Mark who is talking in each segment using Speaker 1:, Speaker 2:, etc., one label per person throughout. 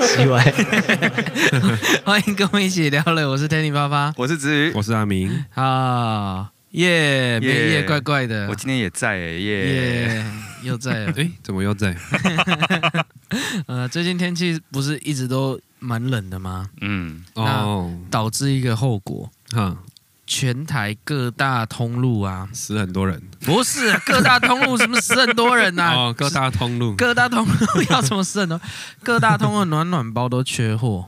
Speaker 1: 奇怪，欢迎跟我一起聊了，我是 Tanny 八八
Speaker 2: 我是子瑜，
Speaker 3: 我是阿明，
Speaker 1: 啊，耶，没耶，
Speaker 2: 耶
Speaker 1: 怪怪的
Speaker 2: 我，今天也在耶耶
Speaker 1: 耶，又在 了。
Speaker 3: 哎，怎么又在？
Speaker 1: 呃，最近天气不是一直都蛮冷的吗？
Speaker 2: 嗯，
Speaker 3: 哦，
Speaker 1: 导致一个后果，
Speaker 3: 哈，
Speaker 1: 全台各大通路啊，
Speaker 3: 死很多人
Speaker 1: 不 是啊各大通路，什么死很多人呐、
Speaker 3: 哦，各大通路
Speaker 1: 各大通路要什么死很多？各大通路的暖暖包都缺货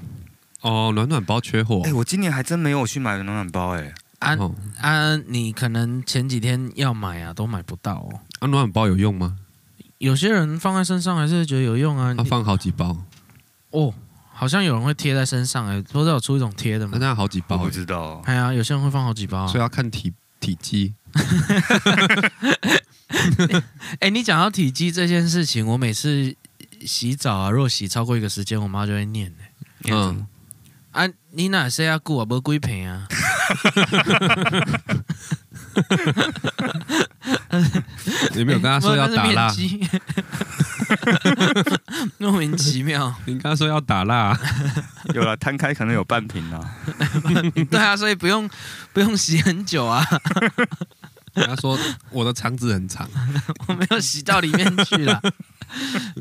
Speaker 3: 哦，暖暖包缺货
Speaker 2: 哎、我今年还真没有去买暖暖包哎、
Speaker 1: 啊
Speaker 3: 哦，
Speaker 1: 啊！你可能前几天要买啊，都买不到哦。
Speaker 3: 啊，暖暖包有用吗？
Speaker 1: 有些人放在身上还是觉得有用啊。
Speaker 3: 他
Speaker 1: 你
Speaker 3: 放好几包，
Speaker 1: 哦，好像有人会贴在身上哎、不是有出一种贴的
Speaker 3: 那
Speaker 1: 吗？
Speaker 3: 他好几
Speaker 2: 我
Speaker 3: 包
Speaker 2: 不
Speaker 3: 欸，
Speaker 2: 知道，
Speaker 1: 哎呀，有些人会放好几包、啊
Speaker 3: 所以。要看体体积
Speaker 1: 哎、你讲到体积这件事情，我每次洗澡啊，如果洗超过一个时间，我妈就会念哎、
Speaker 3: 嗯
Speaker 1: 啊，你哪是要顾啊，不规平啊？
Speaker 3: 有没有跟他 说要
Speaker 1: 欸
Speaker 3: 打蜡？，
Speaker 1: 不然那是面积莫名其 妙。
Speaker 3: 你跟他说要打蜡，
Speaker 2: 有了摊开可能有半瓶啊，
Speaker 1: 对啊，所以不用不用洗很久啊，
Speaker 3: 他说我的肠子很长，
Speaker 1: 我没有洗到里面去了。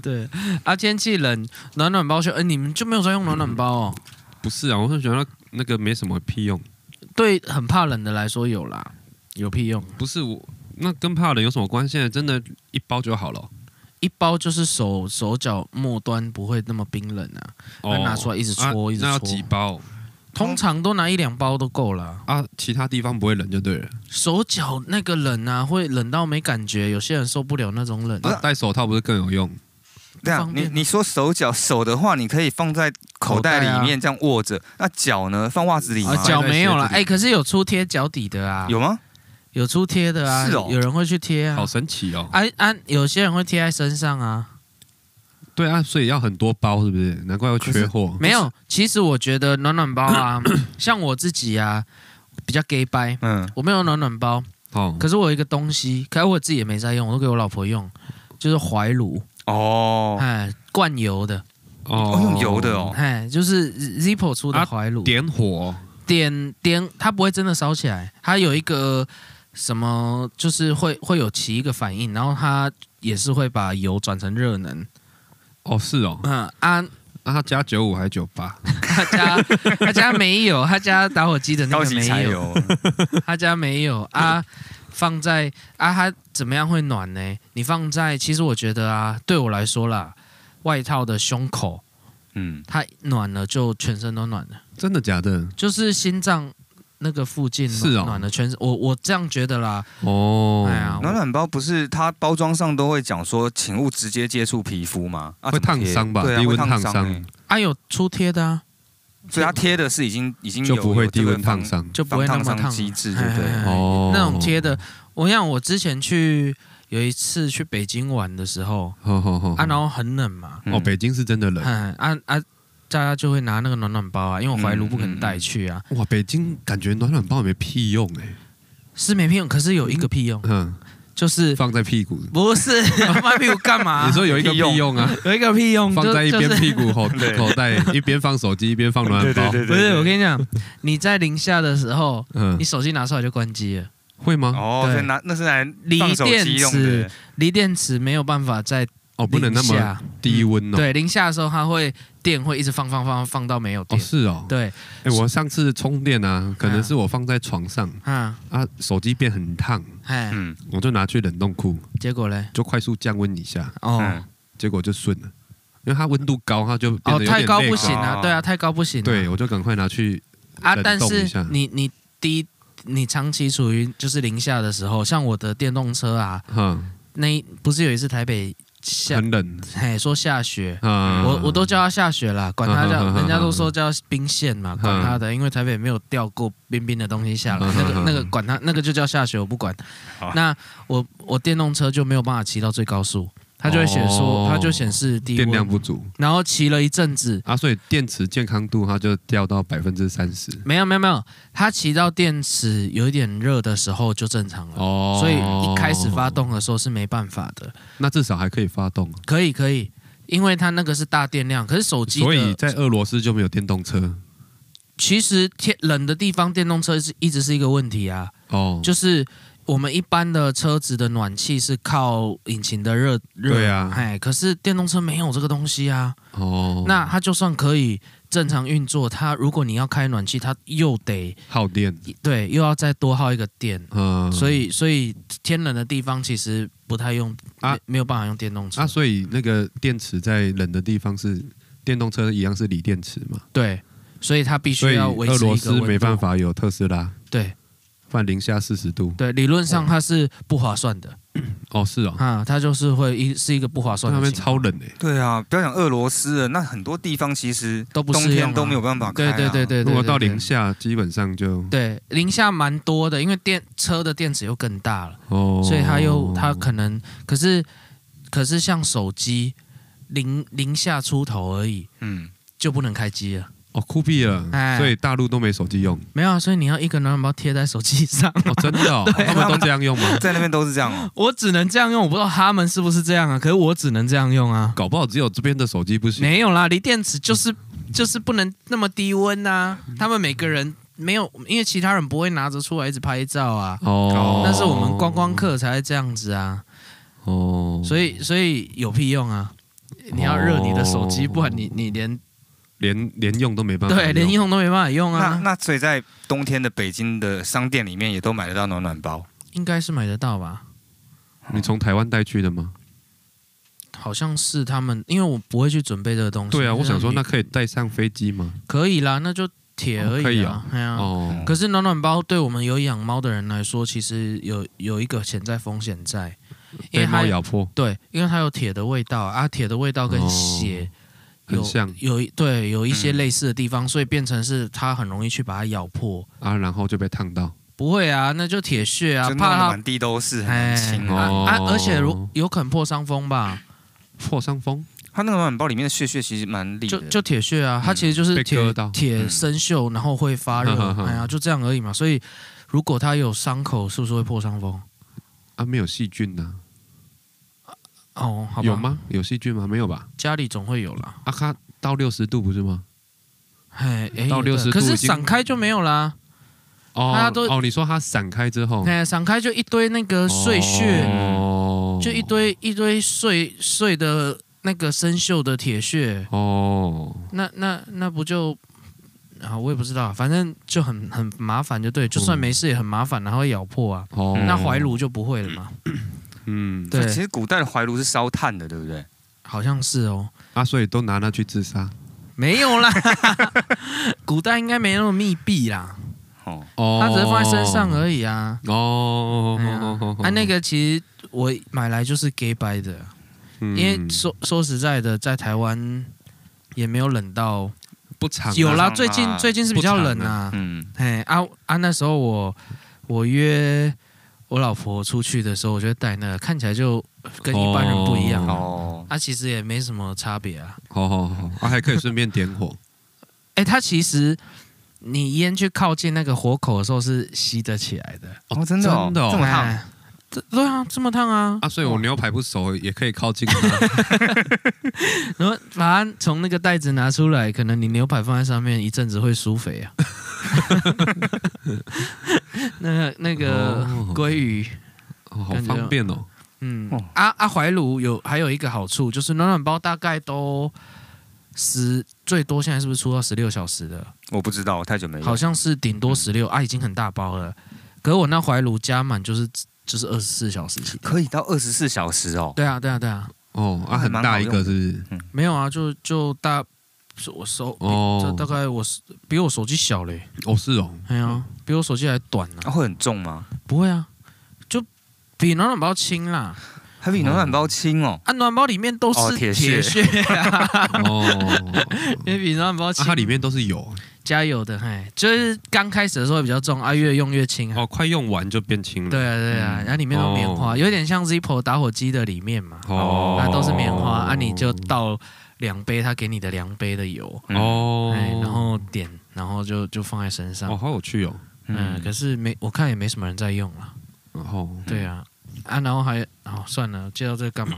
Speaker 1: 对啊，天气冷，暖暖包就，哎、你们就没有在用暖暖包哦？
Speaker 3: 不是啊，我是觉得那个没什么屁用，
Speaker 1: 对，很怕冷的来说有啦，有屁用？
Speaker 3: 不是我那跟怕冷有什么关系？真的，一包就好了。
Speaker 1: 一包就是手手脚末端不会那么冰冷啊，那拿出来一直搓
Speaker 3: 啊
Speaker 1: 一直
Speaker 3: 那要
Speaker 1: 搓
Speaker 3: 几包
Speaker 1: 通常都拿一两包都够了。
Speaker 3: 啊？其他地方不会冷就对了。
Speaker 1: 手脚那个冷啊，会冷到没感觉，有些人受不了那种冷。
Speaker 2: 不是
Speaker 3: 啊戴手套不是更有用？
Speaker 2: 对啊
Speaker 1: 方，便
Speaker 2: 你
Speaker 1: 吗
Speaker 2: 你说手脚手的话，你可以放在口袋里面这样握着，那脚呢放袜子里吗？
Speaker 1: 啊，脚没有了，
Speaker 3: 放在鞋子
Speaker 1: 哎、
Speaker 3: 里
Speaker 1: 可是有出贴脚底的啊，
Speaker 2: 有吗？
Speaker 1: 有出贴的啊，
Speaker 2: 是哦
Speaker 1: 有人会去贴啊
Speaker 3: 好，神奇哦！
Speaker 1: 啊啊，有些人会贴在身上啊，
Speaker 3: 对啊，所以要很多包，是不是？难怪要缺货。
Speaker 1: 没有。其实我觉得暖暖包 啊，像我自己啊，比较 gay 掰，
Speaker 2: 嗯，
Speaker 1: 我没有暖暖包，
Speaker 3: 哦，
Speaker 1: 可是我有一个东西，可是我自己也没在用，我都给我老婆用，就是怀炉，
Speaker 2: 哦，
Speaker 1: 哎，灌油的，
Speaker 3: 哦
Speaker 2: 哦用油的哦
Speaker 1: 哎，就是 Zippo 出的
Speaker 3: 啊
Speaker 1: 怀炉，
Speaker 3: 点火
Speaker 1: 点点，它不会真的烧起来，它有一个什么，就是会会有起一个反应，然后它也是会把油转成热能。
Speaker 3: 哦，是哦，
Speaker 1: 嗯啊，
Speaker 3: 那他加九五还是九八？
Speaker 1: 他家 他家没有，他家打火机的那
Speaker 2: 高
Speaker 1: 个
Speaker 2: 级
Speaker 1: 没
Speaker 2: 柴
Speaker 1: 有，
Speaker 2: 油，
Speaker 1: 他家没有
Speaker 3: 嗯
Speaker 1: 啊。放在啊，它怎么样会暖呢？你放在，其实我觉得啊，对我来说啦，外套的胸口
Speaker 2: 嗯，
Speaker 1: 它暖了就全身都暖了，
Speaker 3: 真的假的？
Speaker 1: 就是心脏那个附近暖
Speaker 3: 是哦
Speaker 1: 暖了全身。我我这样觉得啦，
Speaker 3: 哦，
Speaker 1: 哎呀，
Speaker 2: 暖暖包不是它包装上都会讲说，请勿直接接触皮肤吗？啊
Speaker 3: 会
Speaker 2: 怎么
Speaker 3: 烫
Speaker 2: 贴
Speaker 3: 伤吧
Speaker 2: 对啊，
Speaker 3: 低
Speaker 2: 会
Speaker 3: 温
Speaker 2: 烫
Speaker 3: 烫
Speaker 2: 伤
Speaker 3: 伤
Speaker 2: 欸。
Speaker 1: 啊，有出贴的啊，
Speaker 2: 所以它贴的是已经已经
Speaker 3: 就
Speaker 2: 有
Speaker 3: 不会
Speaker 2: 有这
Speaker 3: 低
Speaker 2: 个哎
Speaker 3: 温烫
Speaker 2: 防
Speaker 3: 伤。
Speaker 1: 就不会那么
Speaker 2: 防烫
Speaker 1: 烫
Speaker 2: 伤机制对不对
Speaker 1: 哦，
Speaker 3: 哦，
Speaker 1: 那种贴的，我想我之前去有一次去北京玩的时候
Speaker 3: 好，好好好
Speaker 1: 啊，然后很冷嘛，
Speaker 2: 嗯
Speaker 3: 哦，北京是真的冷
Speaker 1: 嗯啊啊，大家就会拿那个暖暖包啊，因为我怀炉不可
Speaker 3: 嗯
Speaker 1: 能带去啊，
Speaker 3: 哇！北京感觉暖暖包也没屁用哎，
Speaker 1: 是没屁用，可是有一个屁用，
Speaker 3: 嗯，
Speaker 1: 就是
Speaker 3: 放在屁股。
Speaker 1: 不 是放屁股干嘛
Speaker 3: 你？说有一个
Speaker 2: 屁用
Speaker 3: 屁用啊？
Speaker 1: 有一个屁用，
Speaker 3: 放
Speaker 1: 就
Speaker 3: 在一边
Speaker 1: 就是
Speaker 3: 屁股口
Speaker 2: 对
Speaker 3: 口袋，一边放手机一边放暖暖包。
Speaker 1: 不是我跟你讲，你在零下的时候，
Speaker 3: 嗯
Speaker 1: 你，手机拿出来就关机了，
Speaker 3: 会吗？
Speaker 2: 哦，所
Speaker 1: 对
Speaker 2: 以拿那是来
Speaker 1: 锂
Speaker 2: 放手
Speaker 1: 电
Speaker 2: 机用
Speaker 1: 池
Speaker 2: 的，
Speaker 1: 锂电池没有办法在
Speaker 3: 哦，不能那
Speaker 1: 零
Speaker 3: 么
Speaker 1: 下嗯
Speaker 3: 低温哦。
Speaker 1: 对，零下的时候它会电会一直放放放放到没有
Speaker 3: 哦，
Speaker 1: 电。
Speaker 3: 是哦。
Speaker 1: 对，
Speaker 3: 哎，我上次充电啊，可能是我放在床上
Speaker 1: 啊，
Speaker 3: 啊，手机变很烫，
Speaker 1: 哎，
Speaker 2: 嗯，
Speaker 3: 我就拿去冷冻库，
Speaker 1: 结果嘞，
Speaker 3: 就快速降温一下，
Speaker 1: 哦，
Speaker 2: 嗯
Speaker 3: 结果就顺了，因为它温度高，它就变
Speaker 1: 哦，
Speaker 3: 得有
Speaker 1: 太
Speaker 3: 点
Speaker 1: 高
Speaker 3: 类
Speaker 1: 不
Speaker 3: 固
Speaker 1: 行啊，
Speaker 2: 哦
Speaker 1: 对啊，太高不行、啊，
Speaker 3: 对，我就赶快拿去
Speaker 1: 啊，
Speaker 3: 冷
Speaker 1: 但
Speaker 3: 冻
Speaker 1: 是
Speaker 3: 一下
Speaker 1: 你你低，你长期处于就是零下的时候，像我的电动车啊，
Speaker 3: 哈，
Speaker 1: 那一不是有一次台北下，
Speaker 3: 很冷
Speaker 1: 嘿，说下雪。
Speaker 3: 啊。
Speaker 1: 我我都叫它下雪啦，管它叫，
Speaker 3: 嗯嗯嗯嗯嗯
Speaker 1: 人家都说叫冰线嘛，管它的，因为台北没有掉过冰冰的东西下来，
Speaker 3: 嗯嗯
Speaker 1: 那个
Speaker 3: 嗯啊
Speaker 1: 那个管它，那个就叫下雪，我不管
Speaker 2: 好。
Speaker 1: 那我我电动车就没有办法骑到最高速，它就会显示
Speaker 3: 哦
Speaker 1: 它就显示低
Speaker 3: 电量
Speaker 1: 温，
Speaker 3: 不足
Speaker 1: 然后骑了一阵子，
Speaker 3: 啊，所以电池健康度它就掉到百分之三十
Speaker 1: 没有没有没有，它骑到电池有一点热的时候就正常了，
Speaker 3: 哦，
Speaker 1: 所以一开始发，动的时候是没办法的。
Speaker 3: 那至少还可以发动啊
Speaker 1: 可以可以，因为它那个是大电量，可是手机的
Speaker 3: 所以在俄罗斯就没有电动车
Speaker 1: 其实天冷的地方，电动车是一直是一个问题啊。
Speaker 3: 哦，
Speaker 1: 就是我们一般的车子的暖气是靠引擎的热热，
Speaker 3: 对啊
Speaker 1: 哎，可是电动车没有这个东西啊。
Speaker 3: 哦，
Speaker 1: 那它就算可以正常运作，它如果你要开暖气，它又得
Speaker 3: 耗电，
Speaker 1: 对，又要再多耗一个电。
Speaker 3: 嗯，
Speaker 1: 所以，所以天冷的地方其实不太用
Speaker 3: 啊
Speaker 1: 没没有办法用电动车。
Speaker 3: 啊，所以那个电池在冷的地方是电动车一样是锂电池嘛，
Speaker 1: 对，所以它必
Speaker 3: 所
Speaker 1: 须
Speaker 3: 以
Speaker 1: 要维持
Speaker 3: 俄
Speaker 1: 一个
Speaker 3: 罗斯
Speaker 1: 温
Speaker 3: 没
Speaker 1: 度
Speaker 3: 办。法有特斯拉，
Speaker 1: 对
Speaker 3: 换零下四十度，
Speaker 1: 对，理论上它是不划算的
Speaker 3: 哦，是哦，
Speaker 1: 啊，它就是会一是一个不划
Speaker 3: 在
Speaker 1: 算的
Speaker 3: 那边
Speaker 1: 情况
Speaker 3: 超冷欸诶。
Speaker 2: 对啊，不要讲俄罗斯了，那很多地方其实
Speaker 1: 都不
Speaker 2: 冬
Speaker 1: 适用啊
Speaker 2: 天都没有办法开、
Speaker 1: 对
Speaker 2: 啊。
Speaker 1: 对对对对，
Speaker 3: 如果
Speaker 1: 对
Speaker 3: 到
Speaker 1: 对
Speaker 3: 零下，基本上就
Speaker 1: 对零下蛮多的，因为电车的电池又更大了，
Speaker 3: 哦，
Speaker 1: 所以它又它可能可是可是像手机零零下出头而已
Speaker 2: 嗯，
Speaker 1: 就不能开机了，
Speaker 3: 哦酷毙
Speaker 1: 哎
Speaker 3: 了，所以大陆都没手机 用
Speaker 1: 没有啊，所以你要一个暖宝宝贴在手机上，
Speaker 3: 哦，真的哦，
Speaker 1: 啊
Speaker 3: 他们都这样用吗？
Speaker 2: 在那边都是这样哦。
Speaker 1: 我只能这样用，我不知道他们是不是这样啊，可是我只能这样用啊，
Speaker 3: 搞不好只有这边的手机不行。
Speaker 1: 没有啦，锂电池就是就是不能那么低温呐、他们每个人。没有，因为其他人不会拿着出来一直拍照啊，
Speaker 3: 哦，
Speaker 1: 但是我们观光客才会这样子啊。
Speaker 3: 哦，
Speaker 1: 所以所以有屁用啊！你要热你的手机，
Speaker 3: 哦
Speaker 1: 不然你你连
Speaker 3: 连连用都没办法，
Speaker 1: 对连。用都没办法用
Speaker 2: 那
Speaker 1: 啊。
Speaker 2: 那所以在冬天的北京的商店里面也都买得到暖暖包。
Speaker 1: 应该是买得到吧？
Speaker 3: 你从台湾带去的吗？
Speaker 1: 好像是他们，因为我不会去准备这个东西。
Speaker 3: 对啊，我想说
Speaker 1: 就
Speaker 3: 那
Speaker 1: 是
Speaker 3: 可以带上飞机吗？
Speaker 1: 可以啦，那就铁而
Speaker 3: 哦可
Speaker 1: 已
Speaker 3: 以
Speaker 1: 啊
Speaker 3: 啊。
Speaker 1: 哎呀，
Speaker 3: 哦，
Speaker 1: 可是暖暖包对我们有养猫的人来说，其实有有一个潜在风险在，因为
Speaker 3: 被
Speaker 1: 它
Speaker 3: 猫咬破，
Speaker 1: 对，因为它有铁的味道啊，铁的味道跟
Speaker 3: 哦
Speaker 1: 血有、
Speaker 3: 很像
Speaker 1: 有一对有一些
Speaker 2: 嗯
Speaker 1: 类似的地方，所以变成是它很容易去把它咬破。
Speaker 3: 啊，然后就被烫到。
Speaker 1: 不会啊，那就铁屑啊
Speaker 2: 就，弄得
Speaker 1: 怕
Speaker 2: 满地都是，很
Speaker 1: 它
Speaker 2: 难清
Speaker 1: 啊
Speaker 2: 啊。
Speaker 3: 哦
Speaker 1: 啊！而且如有可能破伤风吧，
Speaker 3: 破伤风
Speaker 2: 它那个暖包里面的屑屑其实蛮利
Speaker 1: 就
Speaker 2: 的，
Speaker 1: 就铁屑啊，
Speaker 2: 嗯
Speaker 1: 它其实就是
Speaker 3: 被
Speaker 1: 铁
Speaker 3: 割到嗯
Speaker 1: 铁生锈，然后会发热
Speaker 3: 呵呵，呵
Speaker 1: 哎呀，就这样而已嘛。所以如果它有伤口，是不是会破伤风？
Speaker 3: 啊，没有细菌呐、
Speaker 1: 哦，好吧
Speaker 3: 有？吗？有细菌吗？没有吧？
Speaker 1: 家里总会有啦。
Speaker 3: 啊，它到六十度不是吗？
Speaker 1: 哎，哎
Speaker 3: 到
Speaker 1: 有的
Speaker 3: 60
Speaker 1: 可
Speaker 3: 度
Speaker 1: 是
Speaker 3: 已经
Speaker 1: 散开就没有啦。
Speaker 3: 哦
Speaker 1: 它都
Speaker 3: 哦，你说它散开之后，
Speaker 1: 哎，散开就一堆那个碎屑，
Speaker 3: 哦，
Speaker 1: 就一堆一堆碎碎的那个生锈的铁屑。
Speaker 3: 哦，
Speaker 1: 那那那不就啊？我也不知道，反正就很很麻烦，就对，就算没事也很麻烦，然后会咬破啊。
Speaker 3: 嗯哦，
Speaker 1: 那怀，炉就不会了嘛？
Speaker 3: 嗯，
Speaker 2: 所以其
Speaker 1: 对，
Speaker 2: 实古代的怀炉是烧炭的，对不对？
Speaker 1: 好像是哦，
Speaker 3: 啊，所以都拿它去自杀。
Speaker 1: 没有啦， 古代应该没那么密闭啦，
Speaker 2: 哦，
Speaker 3: 哦，
Speaker 1: 它只是放在身上而已啊。
Speaker 3: 哦。
Speaker 1: 哎呀
Speaker 3: 哦，
Speaker 1: 啊，那个其实我买来就是给白的，
Speaker 3: 因
Speaker 1: 因为说说实在的，在台湾也没有冷到，
Speaker 3: 不长啊，
Speaker 1: 有啦，
Speaker 2: 不长啊
Speaker 1: 最近最近是比较冷啊，
Speaker 2: 嗯，
Speaker 1: 哎啊啊！那时候我我约我老婆出去的时候，我就带那个，看起来就跟一般人不一样。啊
Speaker 3: 哦
Speaker 2: 哦，
Speaker 1: 它其实也没什么差别啊。
Speaker 3: 好好好，啊，还可以顺便点 火，
Speaker 1: 哎，它其实你烟去靠近那个火口的时候是吸得起来的，
Speaker 2: 哦，真的哦，
Speaker 3: 真的哦
Speaker 2: 这么烫，
Speaker 1: 哎这对啊，这么烫啊！
Speaker 3: 啊，所以我牛排不熟也可以靠 近它，
Speaker 1: 然后把它从那个袋子拿出来，可能你牛排放在上面一阵子会酥肥啊。 那那个
Speaker 3: 哦
Speaker 1: 鲑鱼，
Speaker 3: 哦好
Speaker 1: 感觉
Speaker 3: 方便哦。
Speaker 1: 嗯
Speaker 2: 哦，
Speaker 1: 阿阿怀炉有还有一个好处就是暖暖包大概都十最多现在是不是出到十六小时的？
Speaker 2: 我不知道，太
Speaker 3: 哎
Speaker 2: 久没有。
Speaker 1: 好像是顶
Speaker 3: 嗯
Speaker 1: 多十六啊，已经很大包了。可是我那怀炉加满就是就是二十四小时起跳。
Speaker 2: 可以到二十四小时哦。
Speaker 1: 对啊，对啊，对啊，
Speaker 3: 哦，啊，很大一个是不是？
Speaker 1: 没有啊，就就大是我手
Speaker 3: 哦
Speaker 1: 这大概我手比我手机小嘞，
Speaker 3: 哦，是哦，
Speaker 1: 哎呀，比我手机还短呢、
Speaker 2: 啊会很重吗？
Speaker 1: 不会啊，就比暖暖包轻啦。
Speaker 2: 还
Speaker 1: 嗯
Speaker 2: 比暖暖包轻哦。
Speaker 1: 啊，暖包里面都
Speaker 2: 哦
Speaker 1: 是
Speaker 2: 铁
Speaker 1: 屑
Speaker 2: 屑
Speaker 1: 啊，
Speaker 3: 哦，
Speaker 1: 也比暖包
Speaker 3: 啊
Speaker 1: 轻。
Speaker 3: 它里面都是油，
Speaker 1: 加油的，嘿，就是刚开始的时候会比较重啊，越用越轻啊。
Speaker 3: 哦，快用完就变轻了。
Speaker 1: 对啊，对啊，
Speaker 2: 嗯
Speaker 1: 然后里面有棉花，
Speaker 3: 哦
Speaker 1: 有点像 Zippo 打火机的里面嘛，
Speaker 3: 哦，
Speaker 1: 它都是棉花啊，你就倒两杯他给你的两杯的油，
Speaker 2: 嗯，
Speaker 3: 哦
Speaker 1: 哎，，然后点，然后就就放在身
Speaker 3: 哦，
Speaker 1: 上。
Speaker 3: 好有趣哦，
Speaker 1: 嗯，可是没，我看也没什么人在用了。
Speaker 3: 然后
Speaker 2: 嗯
Speaker 1: 嗯哦 对啊，啊，然后还哦，算了，介绍这个干嘛？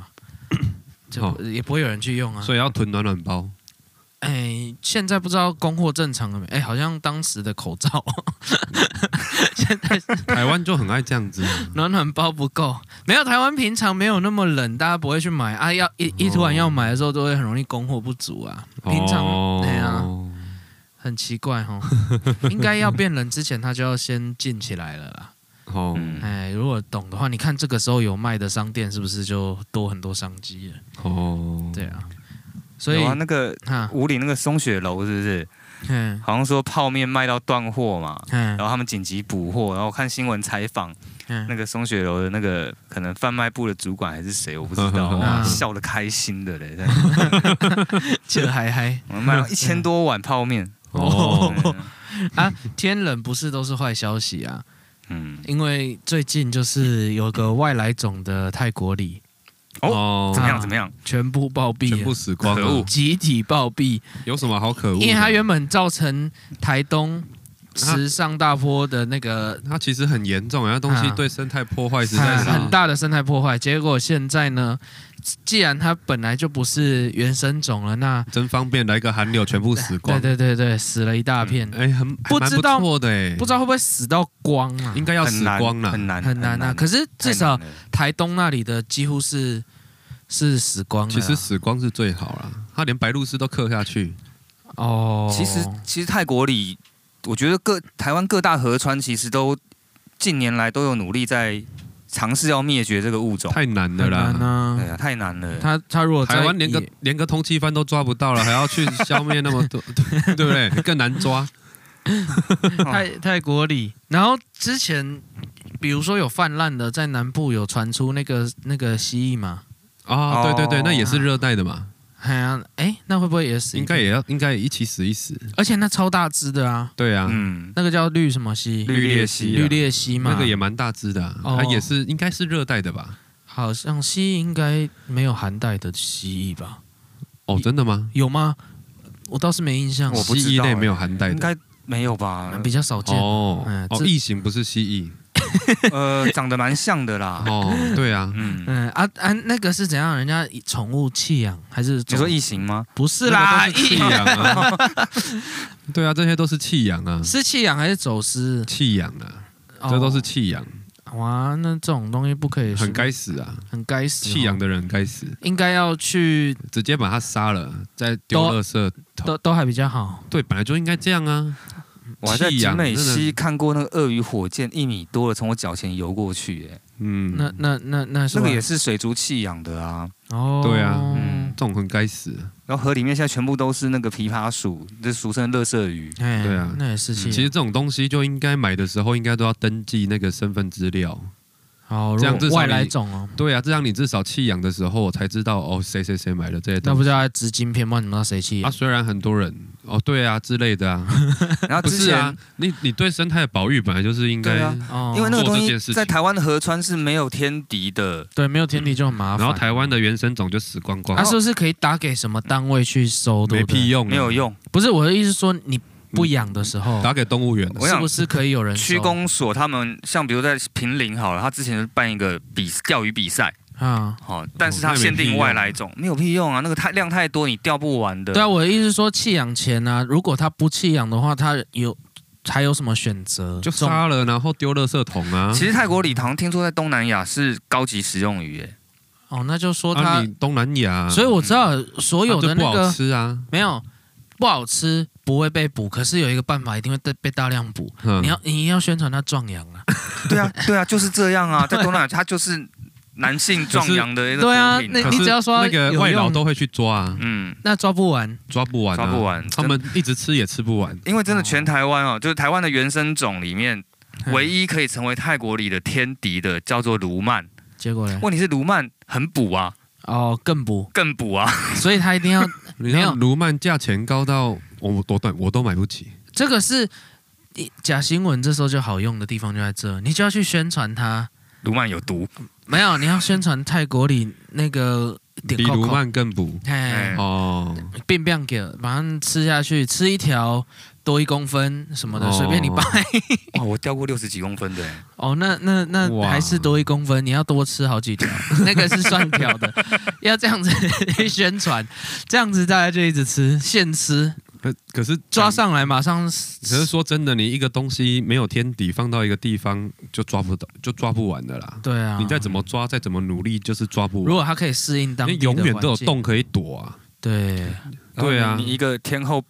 Speaker 1: 就也不会有人去用啊。
Speaker 3: 所以要囤暖暖 包。
Speaker 1: 哎，现在不知道供货正常了没？哎，好像当时的口罩，现在
Speaker 3: 台湾就很爱这样子啊，
Speaker 2: 嗯
Speaker 1: 暖暖包不够，没有台湾平常没有那么冷，大家不会去买啊。要一一突然要买的时候，都会很容易供货不足啊。平常、
Speaker 3: 哦
Speaker 1: 对啊，很奇怪 哦，应该要变冷之前，它就要先禁起来了啦。
Speaker 3: 哦，
Speaker 2: 嗯，
Speaker 1: 哎，如果懂的话，你看这个时候有卖的商店，是不是就多很多商机了？
Speaker 3: 哦，
Speaker 1: 对啊，所以
Speaker 2: 有啊，那个
Speaker 1: 哈，
Speaker 2: 五岭那个松雪楼是不是？
Speaker 1: 嗯
Speaker 2: 好像说泡面卖到断货嘛，
Speaker 1: 嗯
Speaker 2: 然后他们紧急补货，然后我看新闻采访那
Speaker 1: 嗯，
Speaker 2: 个松雪楼的那个可能贩卖部的主管还是谁，我不知道，
Speaker 3: 嗯
Speaker 2: 哇笑得开心 的嘞，在
Speaker 1: 这还还
Speaker 2: 我们卖了一千多碗泡面，
Speaker 3: 哦，
Speaker 1: 哦啊，天冷不是都是坏消息啊？
Speaker 2: 嗯，
Speaker 1: 因为最近就是有个外来种的泰国里
Speaker 3: 哦
Speaker 2: 怎么样
Speaker 1: 啊
Speaker 2: 怎么样？
Speaker 1: 全部暴毙
Speaker 3: 全
Speaker 1: 了
Speaker 3: 部。死光
Speaker 2: 可恶
Speaker 3: 了，
Speaker 1: 集体暴毙，
Speaker 3: 有什么好可恶的？
Speaker 1: 因为它原本造成台
Speaker 3: 啊
Speaker 1: 东时尚大坡的那个
Speaker 3: 它其实很严重，然后东西
Speaker 1: 啊
Speaker 3: 对生态破坏实在
Speaker 1: 很
Speaker 3: 是
Speaker 1: 啊很大的生态破坏。结果现在呢，既然它本来就不是原生种了，那
Speaker 3: 真方便，来个寒流全部死
Speaker 1: 对
Speaker 3: 光。
Speaker 1: 对对对，死了一大片，
Speaker 3: 哎，很
Speaker 1: 不知道
Speaker 3: 还蛮不错的哎，
Speaker 1: 不知道会不会死到光啊？
Speaker 3: 应该要
Speaker 2: 很
Speaker 3: 死
Speaker 2: 难
Speaker 3: 光了，
Speaker 2: 很难
Speaker 1: 很难啊。可
Speaker 2: 是
Speaker 1: 是至少台东那里的几乎是是死光了啊。
Speaker 3: 其实死光是最好啦，他连白鹭鸶都刻下去。
Speaker 1: 哦，
Speaker 2: 其实其实泰国里，我觉得各台湾各大河川其实都近年来都有努力在尝试要灭绝这个物种。
Speaker 3: 太难了
Speaker 1: 很
Speaker 3: 啦
Speaker 1: 难。
Speaker 2: 对
Speaker 1: 啊。
Speaker 2: 啊，太难了。
Speaker 1: 他他如果在
Speaker 3: 台湾连个
Speaker 1: 野
Speaker 3: 连个通缉犯都抓不到了，还要去消灭那么 多，对对不对？更难抓。
Speaker 1: 泰泰国里，然后之前比如说有泛滥的，在南部有传出那个那个蜥蜴嘛，
Speaker 3: 啊，
Speaker 2: 哦
Speaker 3: 对对对，那也是热带的嘛，
Speaker 1: 哎呀，哎，那会不会也死？
Speaker 3: 应该，也要应该也一起死一死。
Speaker 1: 而且那超大只的啊，
Speaker 3: 对啊，
Speaker 2: 嗯，
Speaker 1: 那个叫绿什么蜥？
Speaker 2: 绿鬣
Speaker 3: 鬣啊
Speaker 2: 蜥
Speaker 1: 绿
Speaker 2: 啊
Speaker 1: 鬣蜥嘛，
Speaker 3: 那个也蛮大只的啊，
Speaker 1: 哦
Speaker 3: 它也是应该是热带的吧？
Speaker 1: 好像蜥蜴应该没有寒带的蜥蜴吧？
Speaker 3: 哦，真的吗？
Speaker 1: 有吗？我倒是没印象，
Speaker 2: 我不知道
Speaker 3: 蜥蜴类
Speaker 2: 欸
Speaker 3: 没有寒带
Speaker 2: 应
Speaker 3: 的
Speaker 2: 该没有吧？
Speaker 1: 比较少见。
Speaker 3: 哦
Speaker 1: 嗯
Speaker 3: 哦
Speaker 1: 这，
Speaker 3: 异形不是蜥蜴
Speaker 2: 呃，长得蛮像的啦。
Speaker 3: 哦，对啊，
Speaker 2: 嗯，
Speaker 1: 嗯啊啊，那个是怎样？人家宠物弃养还是
Speaker 2: 你
Speaker 1: 种？
Speaker 2: 说异形吗？
Speaker 1: 不是啦，
Speaker 3: 那个都是弃养啊，对啊，这些都是弃养啊，
Speaker 1: 是弃养还是走私？
Speaker 3: 弃养啊，
Speaker 1: 哦
Speaker 3: 这都是弃养，
Speaker 1: 哇，那这种东西不可以随便，
Speaker 3: 很该死啊，
Speaker 1: 很该死哦、
Speaker 3: 弃养的人该死，
Speaker 1: 应该要去
Speaker 3: 直接把它杀了，再丢
Speaker 1: 都
Speaker 3: 垃圾
Speaker 1: 都都还比较好。
Speaker 3: 对，本来就应该这样啊。
Speaker 2: 我还在
Speaker 3: 弃
Speaker 2: 景
Speaker 3: 养
Speaker 2: 美
Speaker 3: 真
Speaker 2: 溪
Speaker 3: 的
Speaker 2: 看过那个鳄鱼火箭一米多的从我脚前游过去、欸，
Speaker 3: 嗯，
Speaker 1: 那那那那是
Speaker 2: 那
Speaker 1: 吧
Speaker 2: 个也是水族弃养的啊。
Speaker 1: 哦，
Speaker 3: 对啊
Speaker 1: 嗯
Speaker 2: 嗯，
Speaker 3: 这种很该死。
Speaker 2: 然后河里面现在全部都是那个琵琶鼠，就是俗称的垃圾鱼。
Speaker 1: 哎，
Speaker 3: 对啊
Speaker 1: 那也是弃
Speaker 3: 其
Speaker 1: 养。
Speaker 3: 实这种东西就应该买的时候应该都要登记那个身份资料。
Speaker 1: 好，
Speaker 3: 这样
Speaker 1: 哦如果
Speaker 3: 至少
Speaker 1: 外
Speaker 3: 你
Speaker 1: 来种哦，
Speaker 3: 对啊，这样你至少弃养的时候我才知道哦，谁谁谁买了这些
Speaker 1: 那
Speaker 3: 东
Speaker 1: 不
Speaker 3: 西。
Speaker 1: 知道执金片，不知道你们谁弃
Speaker 3: 啊，
Speaker 1: 养。
Speaker 3: 虽然很多人哦，对啊之类的啊，
Speaker 2: 然后
Speaker 3: 不
Speaker 2: 之
Speaker 3: 是
Speaker 2: 前、
Speaker 3: 啊，你你对生态的保育本来就是应该
Speaker 2: 对，啊
Speaker 1: 哦，
Speaker 2: 因为那个东
Speaker 3: 做这
Speaker 2: 西
Speaker 3: 件事情
Speaker 2: 在台湾的河川是没有天敌的，
Speaker 1: 对没有天敌就很麻
Speaker 3: 然后
Speaker 1: 烦。
Speaker 3: 台湾的原生种就死光光
Speaker 1: 他，是不是可以打给什么单位去收？对
Speaker 3: 没
Speaker 1: 不对
Speaker 3: 屁用啊，
Speaker 2: 没有用。
Speaker 1: 不是我的意思是说，你不养的时候，
Speaker 3: 打给动物园啊。
Speaker 2: 我
Speaker 1: 是
Speaker 2: 想
Speaker 1: 不是可以有人收
Speaker 2: 区公所他们像比如在平林好了，他之前就办一个比钓鱼比赛，
Speaker 1: 啊？
Speaker 2: 哦，但是
Speaker 3: 那
Speaker 2: 它
Speaker 3: 也没
Speaker 2: 限
Speaker 3: 屁
Speaker 2: 定
Speaker 3: 用
Speaker 2: 外来种，没有嗯屁用啊，那个太量太多，你钓不完的。
Speaker 1: 对啊，我的意思是说，弃养前啊，如果他不弃养的话，他有还有什么选择？
Speaker 3: 就
Speaker 1: 这种
Speaker 3: 杀了，然后丢垃圾桶啊！
Speaker 2: 其实泰国礼堂听说在东南亚是高级食用鱼，哎，
Speaker 1: 哦，那就说
Speaker 3: 啊，
Speaker 1: 他
Speaker 3: 你东南亚，
Speaker 1: 所以我知道所有的
Speaker 3: 它就不
Speaker 1: 那
Speaker 3: 好
Speaker 1: 个
Speaker 3: 吃啊。
Speaker 1: 没有不好吃不会被补，可是有一个办法一定会被被大量补。
Speaker 3: 嗯
Speaker 1: 你要你要宣传它壮阳啊，
Speaker 2: 对啊，对啊，就是这样 啊，在东南亚它就是男性壮阳的一个
Speaker 1: 对啊
Speaker 2: 毒品
Speaker 1: 那
Speaker 3: 可
Speaker 1: 你
Speaker 3: 是
Speaker 1: 只要说
Speaker 3: 那个
Speaker 1: 有
Speaker 3: 外劳
Speaker 1: 用
Speaker 3: 都会去抓啊，
Speaker 2: 嗯，
Speaker 1: 那抓不完。
Speaker 3: 抓不完、啊，
Speaker 2: 抓不。完。
Speaker 3: 他们一直吃也吃不完，
Speaker 2: 因为真的
Speaker 1: 哦
Speaker 2: 全台湾哦，就是台湾的原生种里面，
Speaker 1: 嗯
Speaker 2: 唯一可以成为泰国里的天敌的叫做卢曼。
Speaker 1: 结果呢？
Speaker 2: 问题是卢曼很补啊，
Speaker 1: 哦，更补，
Speaker 2: 更补啊，
Speaker 1: 所以它一定要
Speaker 3: 你
Speaker 1: 没有
Speaker 3: 看卢曼价钱高到我我都我都买不起，
Speaker 1: 这个是假新闻，这时候就好用的地方就在这，你就要去宣传它。
Speaker 2: 卢曼有毒。
Speaker 1: 没有，你要宣传泰国里那个点
Speaker 3: 比
Speaker 1: 扣扣，
Speaker 3: 卢曼更补
Speaker 1: 哎
Speaker 2: 嗯，
Speaker 3: 哦。
Speaker 1: 变变给，马上吃下去，吃一条多一公分什么的，
Speaker 3: 哦
Speaker 1: 随便 你掰。
Speaker 2: 哇，我掉过六十几公分的 欸，
Speaker 1: 哦，那那那
Speaker 3: 哇
Speaker 1: 还是多一公分，你要多吃好几条， 那个是算条 的，要这样子宣传，这样子大家就一直吃，现吃，
Speaker 3: 可可是
Speaker 1: 抓上来马上
Speaker 3: 可是说真的，你一个东西没有天敌，放到一个地方就抓不到，就抓不完的啦。
Speaker 1: 对啊，
Speaker 3: 你再怎么抓，再怎么努力，就是抓不
Speaker 1: 如
Speaker 3: 完，
Speaker 1: 果它可以适应
Speaker 3: 因
Speaker 1: 当
Speaker 3: 为
Speaker 1: 地
Speaker 3: 永远
Speaker 1: 的
Speaker 3: 都有
Speaker 1: 环境，
Speaker 3: 洞可以躲啊。
Speaker 1: 对，
Speaker 2: 然后
Speaker 3: 对啊
Speaker 2: 你你一个天后，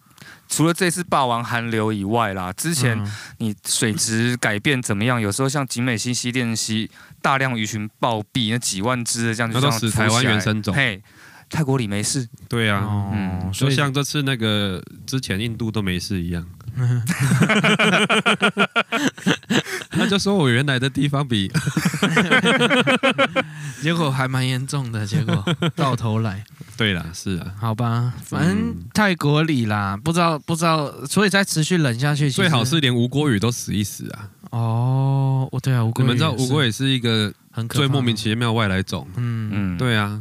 Speaker 2: 除了这次霸王寒流以外啦，之前
Speaker 1: 嗯
Speaker 2: 你水质改变怎么样？有时候像景美溪、西电溪，大量鱼群暴毙，那几万只的这样就
Speaker 3: 那
Speaker 2: 这
Speaker 3: 都
Speaker 2: 样
Speaker 3: 死
Speaker 2: 浮
Speaker 3: 台湾
Speaker 2: 起来
Speaker 3: 原生种
Speaker 2: 嘿，泰国里没事，
Speaker 3: 对啊，
Speaker 1: 哦
Speaker 2: 嗯，
Speaker 1: 所
Speaker 3: 就
Speaker 1: 以
Speaker 3: 像这次那个之前印度都没 事一样。他就说我原来的地 方比
Speaker 1: 结果还蛮严重的，结 果到头来，
Speaker 3: 对啦，是啊，
Speaker 1: 好吧，反正
Speaker 3: 嗯
Speaker 1: 泰国里啦，不知道不知道，所以再持续冷下去，其实
Speaker 3: 最好是连吴郭宇都死一死啊！
Speaker 1: 哦，我对啊，吴
Speaker 3: 你
Speaker 1: 国
Speaker 3: 们知道吴郭
Speaker 1: 也
Speaker 3: 宇是一个
Speaker 1: 是很可
Speaker 3: 最
Speaker 1: 怕
Speaker 3: 莫名
Speaker 1: 的，
Speaker 3: 其妙外来种，
Speaker 1: 嗯，
Speaker 2: 嗯，，
Speaker 3: 对啊，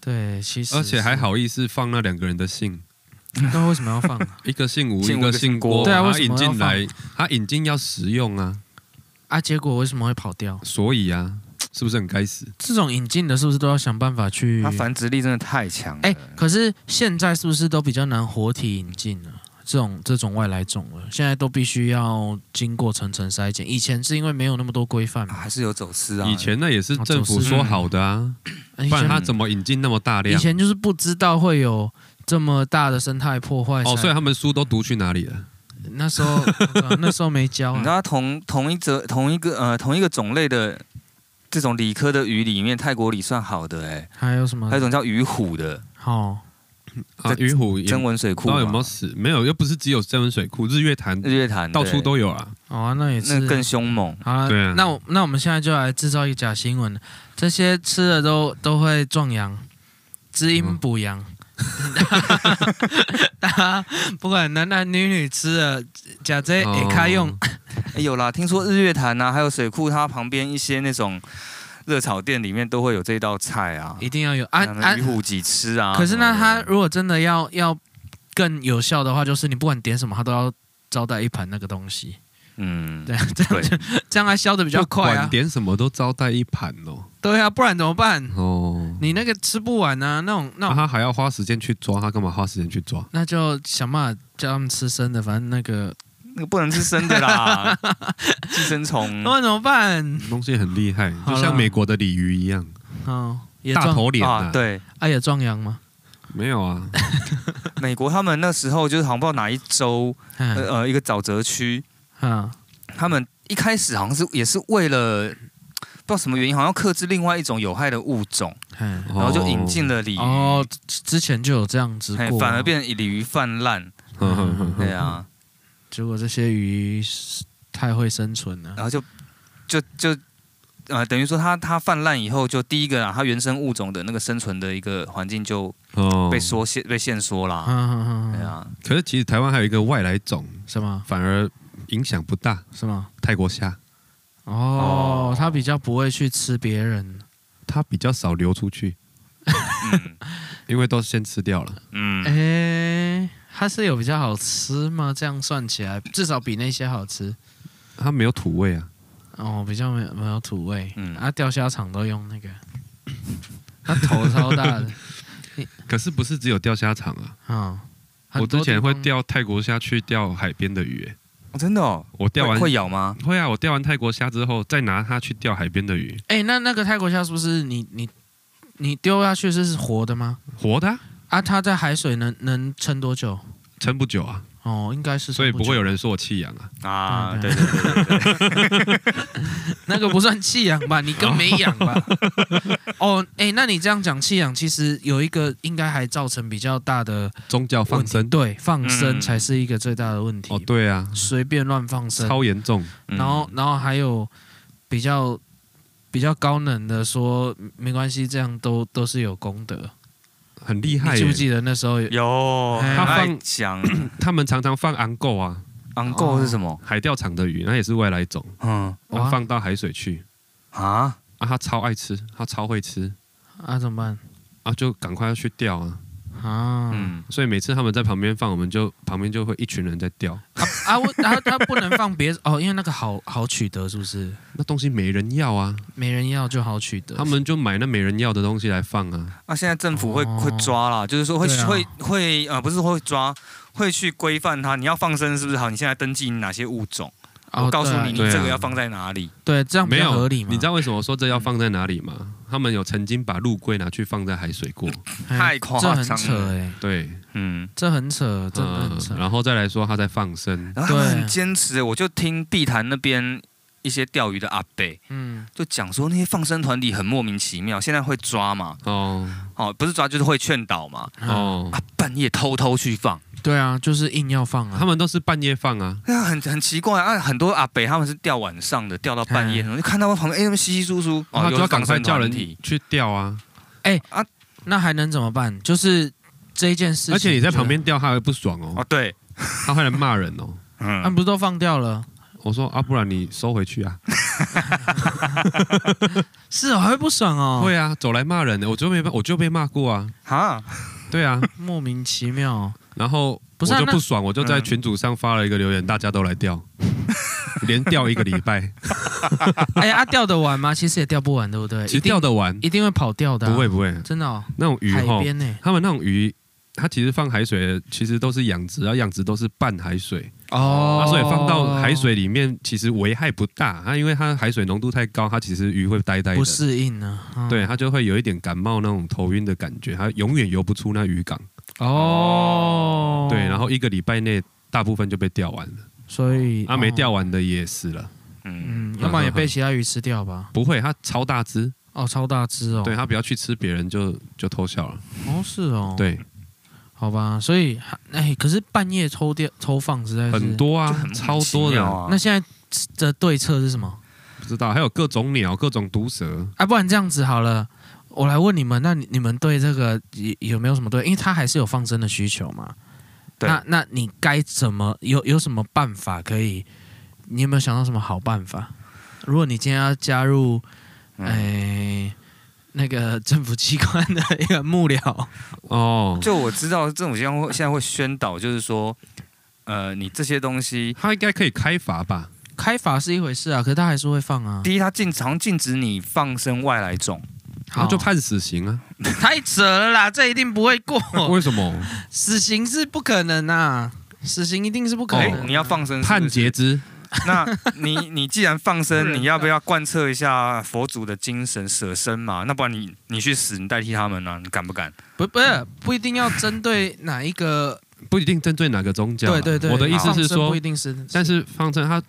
Speaker 1: 对，其实
Speaker 3: 而且还
Speaker 1: 是，
Speaker 3: 好意思放那两个人的姓，
Speaker 1: 那为什么要放啊？
Speaker 3: 一个姓吴，
Speaker 2: 姓
Speaker 3: 一
Speaker 2: 吴
Speaker 3: 个
Speaker 2: 一个姓
Speaker 3: 姓郭，
Speaker 2: 郭
Speaker 1: 对啊为
Speaker 3: 他
Speaker 1: 什么
Speaker 3: 引
Speaker 1: 要
Speaker 3: 进来，他引进要实用啊，
Speaker 1: 啊，结果为什么会跑掉？
Speaker 3: 所以啊，是不是很该死？
Speaker 1: 这种引进的，是不是都要想办法去
Speaker 2: 它？繁殖力真的太强了。
Speaker 1: 哎、可是现在是不是都比较难活体引进了？这种这种外来种了，现在都必须要经过层层筛检。以前是因为没有那么多规范
Speaker 2: 啊
Speaker 1: 嘛，
Speaker 2: 还是有走私啊。
Speaker 3: 以前那也是
Speaker 1: 啊
Speaker 3: 政府
Speaker 1: 走私
Speaker 3: 说好的啊，
Speaker 1: 嗯以
Speaker 3: 不然
Speaker 1: 前
Speaker 3: 他怎么引进那么大
Speaker 1: 以
Speaker 3: 量？
Speaker 1: 前就是不知道会有这么大的生态破坏。
Speaker 3: 哦，
Speaker 1: 才
Speaker 3: 所以他们书都读去哪里了？
Speaker 1: 那时候那时候没教、
Speaker 2: 你知
Speaker 1: 啊，
Speaker 2: 道同同一则同一个呃同一个种类的这种理科的鱼里面，泰国里算好的哎、
Speaker 1: 还有什么
Speaker 2: 还有一？种叫鱼虎的
Speaker 1: 好、
Speaker 3: 啊，
Speaker 2: 这
Speaker 3: 鱼虎也
Speaker 2: 真
Speaker 3: 不
Speaker 2: 文水库
Speaker 3: 知
Speaker 2: 嘛，
Speaker 3: 道有没有死？没有，又不是只有真文水库、日月潭，
Speaker 2: 啊日月潭
Speaker 3: 到处
Speaker 2: 对
Speaker 3: 都有啊。
Speaker 1: 哦、啊，那也是
Speaker 2: 那更凶猛。
Speaker 1: 好啊
Speaker 3: 对啊
Speaker 1: 那我那我们现在就来制造一个假新闻，这些吃的都都会壮阳，滋阴补阳。大家不管男男女女吃了，假这也开用
Speaker 3: 哦，
Speaker 2: 哎有啦，听说日月潭啊，还有水库，它旁边一些那种热炒店里面都会有这道菜啊，
Speaker 1: 一定要有啊
Speaker 2: 像那
Speaker 1: 啊
Speaker 2: 鱼！虎几吃啊。
Speaker 1: 可是那
Speaker 2: 什
Speaker 1: 他
Speaker 2: 么的
Speaker 1: 如果真的要要更有效的话，就是你不管点什么，他都要招待一盘那个东西，
Speaker 2: 嗯，
Speaker 1: 对，啊这样
Speaker 2: 对，
Speaker 1: 这样还消的比
Speaker 3: 比
Speaker 1: 较快啊
Speaker 3: 管。点什么都招待一盘哦。
Speaker 1: 对啊，不然怎么办？
Speaker 3: 哦，
Speaker 1: 你那个吃不完啊，那种那
Speaker 3: 那
Speaker 1: 种
Speaker 3: 他还要花时间去抓，他干嘛花时间去抓？
Speaker 1: 那就想办法叫他们吃生的，反正那个
Speaker 2: 那个不能是生 的啦，寄生虫。
Speaker 1: 那怎么
Speaker 2: 嗯
Speaker 1: 办？
Speaker 3: 东西很厉害，
Speaker 1: 好
Speaker 3: 就
Speaker 1: 啦
Speaker 3: 像美国的鲤鱼一样，
Speaker 1: 哦，也
Speaker 3: 大
Speaker 1: 壮
Speaker 3: 头脸
Speaker 2: 啊，对，
Speaker 1: 啊也壮阳吗？
Speaker 3: 没有啊，
Speaker 2: 美国他们那时候就是好像不知道哪一州，呃
Speaker 1: 嗯
Speaker 2: 呃，一个沼泽区，
Speaker 1: 啊
Speaker 2: 他们一开始好像是也是为了不知道什么原因，好像克制另外一种有害的物种，
Speaker 1: 嗯
Speaker 2: 然后就引进了鲤鱼，
Speaker 1: 哦，之前就有这样子
Speaker 2: 嘿
Speaker 1: 过，啊嗯
Speaker 2: 反而变成鲤鱼泛滥。
Speaker 3: 哦，
Speaker 2: 对啊，
Speaker 1: 结果这些鱼是太会生存了
Speaker 2: 然，后就就就呃，等于说它它泛滥以后，就第一个啊，它原生物种的那个生存的一个环境就
Speaker 3: 哦
Speaker 2: 被缩限、被限缩
Speaker 1: 啊
Speaker 2: 啦。
Speaker 1: 啊啊
Speaker 2: 对
Speaker 1: 啊
Speaker 2: 啊，
Speaker 3: 可是其实台湾还有一个外来种，
Speaker 1: 什么
Speaker 3: 反而影响不大，
Speaker 1: 什么
Speaker 3: 泰国虾
Speaker 1: 哦
Speaker 2: 哦，
Speaker 1: 它比较不会去吃别人，
Speaker 3: 它比较少流出去，
Speaker 2: 嗯
Speaker 3: 因为都先吃掉了。
Speaker 2: 嗯，
Speaker 1: 哎，它是有比较好吃吗？这样算起来，至少比那些好吃
Speaker 3: 它没有土味啊，
Speaker 1: 哦，比较没有没有土味，
Speaker 2: 嗯
Speaker 1: 啊，钓虾场都用那个，它头超大的，
Speaker 3: 可是不是只有钓虾场啊？
Speaker 1: 啊，很
Speaker 3: 我
Speaker 1: 多
Speaker 3: 之前会
Speaker 1: 地方
Speaker 3: 钓泰国虾去钓海边的鱼、欸
Speaker 2: 哦真的哦，
Speaker 3: 我钓
Speaker 2: 会
Speaker 3: 完
Speaker 2: 会咬吗？
Speaker 3: 会啊，我钓完泰国虾之后，再拿它去钓海边的鱼，
Speaker 1: 哎、那那个泰国虾是不是你你你丢下去是是活的吗？
Speaker 3: 活的啊、
Speaker 1: 啊，它在海水能能撑多久？
Speaker 3: 撑不久啊，
Speaker 1: 哦，应该是
Speaker 3: 所以不会有
Speaker 1: 人
Speaker 3: 人说我弃养啊。
Speaker 2: 啊，
Speaker 1: 对
Speaker 2: 对对对对对，
Speaker 1: 那个不算弃养吧？你更 没养吧？哦，哎、那你这样讲弃养，其实有一个应该还造成比较大的
Speaker 3: 宗教放
Speaker 1: 问
Speaker 3: 生
Speaker 1: 题，对，放生
Speaker 2: 嗯
Speaker 1: 才是一个最大的问题。
Speaker 3: 哦，对啊，
Speaker 1: 随便乱放生，
Speaker 3: 超严重。
Speaker 2: 嗯
Speaker 1: 然后然后还有比较比较高能的说没关系，这样都都是有功德。
Speaker 3: 很厉害
Speaker 1: 你记不
Speaker 3: 耶！
Speaker 1: 记得那时候有
Speaker 2: 有
Speaker 1: 哎
Speaker 2: 他
Speaker 3: 它
Speaker 2: 爱
Speaker 3: 放
Speaker 2: 讲
Speaker 3: 他们常常放昂购啊，
Speaker 2: 昂购是什么？
Speaker 3: 海钓场的鱼，那也是外来种，
Speaker 2: 嗯
Speaker 1: 哇
Speaker 3: 啊、放到海水去
Speaker 2: 啊，
Speaker 3: 啊，他超爱吃，他超会吃
Speaker 1: 啊，怎么办？
Speaker 3: 啊，就赶快要去钓啊，
Speaker 1: 啊，
Speaker 2: 嗯，
Speaker 3: 所以每次他们在旁边放，我们就旁边就会一群人在钓，
Speaker 1: 啊，我然后他不能放别 哦，因为那个好好取得，是不是？
Speaker 3: 那东西没人要啊，
Speaker 1: 没人要就好取得。
Speaker 3: 他们就买那没人要的东西来放啊。
Speaker 2: 那、现在政府会、
Speaker 1: 哦
Speaker 2: 会抓啦，就是说会、
Speaker 1: 对啊
Speaker 2: 会会呃，不是会抓，会去规范它。你要放生是不是好？你现在登记哪些物种？
Speaker 1: 哦
Speaker 2: 我告诉
Speaker 1: 对啊
Speaker 2: 你，你
Speaker 3: 对啊
Speaker 2: 这个要放在哪里？
Speaker 1: 对这样比
Speaker 3: 没
Speaker 1: 较
Speaker 3: 有
Speaker 1: 合理嘛？
Speaker 3: 你知道为什么说这要放在哪里吗？他们有曾经把陆龟拿去放在海水过，
Speaker 1: 哎
Speaker 2: 太夸
Speaker 1: 这
Speaker 2: 张了
Speaker 1: 很扯哎、
Speaker 3: 对，
Speaker 2: 嗯，
Speaker 1: 这很扯，真的
Speaker 3: 嗯
Speaker 1: 很扯。，
Speaker 3: 然后再来说他在放生，
Speaker 2: 然后他们
Speaker 1: 对
Speaker 2: 很坚持，我就听碧潭那边一些钓鱼的阿伯
Speaker 1: 嗯，
Speaker 2: 就讲说，那些放生团体很莫名其妙，现在会抓嘛，
Speaker 3: 哦
Speaker 2: 哦，不是抓就是会劝导嘛，
Speaker 1: 哦，
Speaker 3: 哦，
Speaker 2: 啊，半夜偷偷去放，
Speaker 1: 对啊，就是硬要放啊。
Speaker 3: 他们都是半夜放啊，
Speaker 2: 那很很奇怪啊，很多阿伯他们是钓晚上的，钓到半夜，
Speaker 1: 嗯
Speaker 2: 我就看到旁边哎，他们稀稀疏疏，哦，
Speaker 3: 他
Speaker 2: 有
Speaker 3: 就要赶
Speaker 2: 放
Speaker 3: 快
Speaker 2: 生
Speaker 3: 叫
Speaker 2: 团
Speaker 3: 人
Speaker 2: 体，
Speaker 3: 去钓啊，
Speaker 1: 那还能怎么办？就是这一件事情，
Speaker 3: 而且你在旁边钓，他会不爽哦
Speaker 2: 哦，，对，
Speaker 3: 他会来骂人哦。
Speaker 1: 觉得，他
Speaker 2: 嗯，
Speaker 1: 们不是都放掉了？
Speaker 3: 我说啊，不然你收回去啊。
Speaker 1: 是哦，还会不爽哦，
Speaker 3: 会啊，走来骂人的，我就没被我就被骂过啊，
Speaker 2: 哈，
Speaker 3: 对啊，
Speaker 1: 莫名其妙。
Speaker 3: 然后
Speaker 1: 不是啊
Speaker 3: 我就
Speaker 1: 那
Speaker 3: 不爽，我就在群组上发了一个留言，大家都来钓， 连钓一个礼拜，
Speaker 1: 哎呀，啊钓得完吗？其实也钓不完，对不对？
Speaker 3: 其
Speaker 1: 一
Speaker 3: 实
Speaker 1: 定
Speaker 3: 钓得完，
Speaker 1: 哎一定会跑掉的、
Speaker 3: 不会，不会，
Speaker 1: 真的哦。
Speaker 3: 那种鱼
Speaker 1: 海
Speaker 3: 哈，
Speaker 1: 边呢？
Speaker 3: 他们那种鱼。它其实放海水的，其实都是养殖，然后啊养殖都是半海水，
Speaker 1: 哦
Speaker 3: 啊，所以放到海水里面其实危害不大。啊它、因为它海水浓度太高，它其实鱼会呆呆的，
Speaker 1: 不适应呢。嗯
Speaker 3: 对，它就会有一点感冒那种头晕的感觉，它永远游不出那渔港。
Speaker 1: 哦，
Speaker 3: 对，然后一个礼拜内大部分就被钓完了，
Speaker 1: 所以
Speaker 3: 啊，没
Speaker 1: 哦
Speaker 3: 钓完的也死了。
Speaker 2: 嗯，
Speaker 1: 嗯，要不然也被其他鱼吃掉吧。
Speaker 3: 不会，它超大只，
Speaker 1: 哦，超大只哦。
Speaker 3: 对，它不要去吃别人就就偷笑了。
Speaker 1: 哦，是哦。，
Speaker 3: 对，
Speaker 1: 好吧，所以还哎，可是半夜抽掉抽放实在是
Speaker 3: 很。多
Speaker 2: 就
Speaker 3: 啊
Speaker 2: 很，莫
Speaker 3: 超
Speaker 2: 名其
Speaker 3: 多的，
Speaker 2: 妙啊，
Speaker 1: 那现在的对策是什么？
Speaker 3: 不知道，还有各种鸟、各种毒蛇。
Speaker 1: 哎，不然这样子好了。我来问你们，那你你们对这个有有没有什么对？因为它还是有放生的需求嘛。
Speaker 2: 对
Speaker 1: 那那你该怎么有有什么办法可以？你有没有想到什么好办法？如果你今天要加入，哎、
Speaker 2: 嗯
Speaker 1: 那个政府机关的一个幕僚，
Speaker 3: 哦，
Speaker 2: 就我知道政府现在会现在会宣导，就是说，呃，你这些东西，
Speaker 3: 它应该可以开罚吧？
Speaker 1: 开法是一回事啊，可是他还是会放啊。
Speaker 2: 第一，它禁好像禁止你放生外来种，
Speaker 3: 然后就判死刑 啊？
Speaker 1: 太扯了啦，这一定不会过，
Speaker 3: 为什么？
Speaker 1: 死刑是不可能啊，死刑一定是不可
Speaker 2: 哎、
Speaker 1: 能、
Speaker 2: 你要，放生是不是
Speaker 3: 哦判截肢？
Speaker 2: 那你你既然放
Speaker 1: 不
Speaker 2: 生，
Speaker 1: 然
Speaker 2: 你要不要贯彻一下佛祖的精神舍身嘛？那不然你你去死，你代替他们啊，你敢不敢？
Speaker 1: 不不是不一定要针对哪一 个，
Speaker 3: 不一定针对哪个宗教啊。
Speaker 1: 对对对，
Speaker 3: 我的意思
Speaker 1: 放
Speaker 3: 是
Speaker 1: 生不
Speaker 3: 说
Speaker 1: 一，定是，
Speaker 3: 但是方正它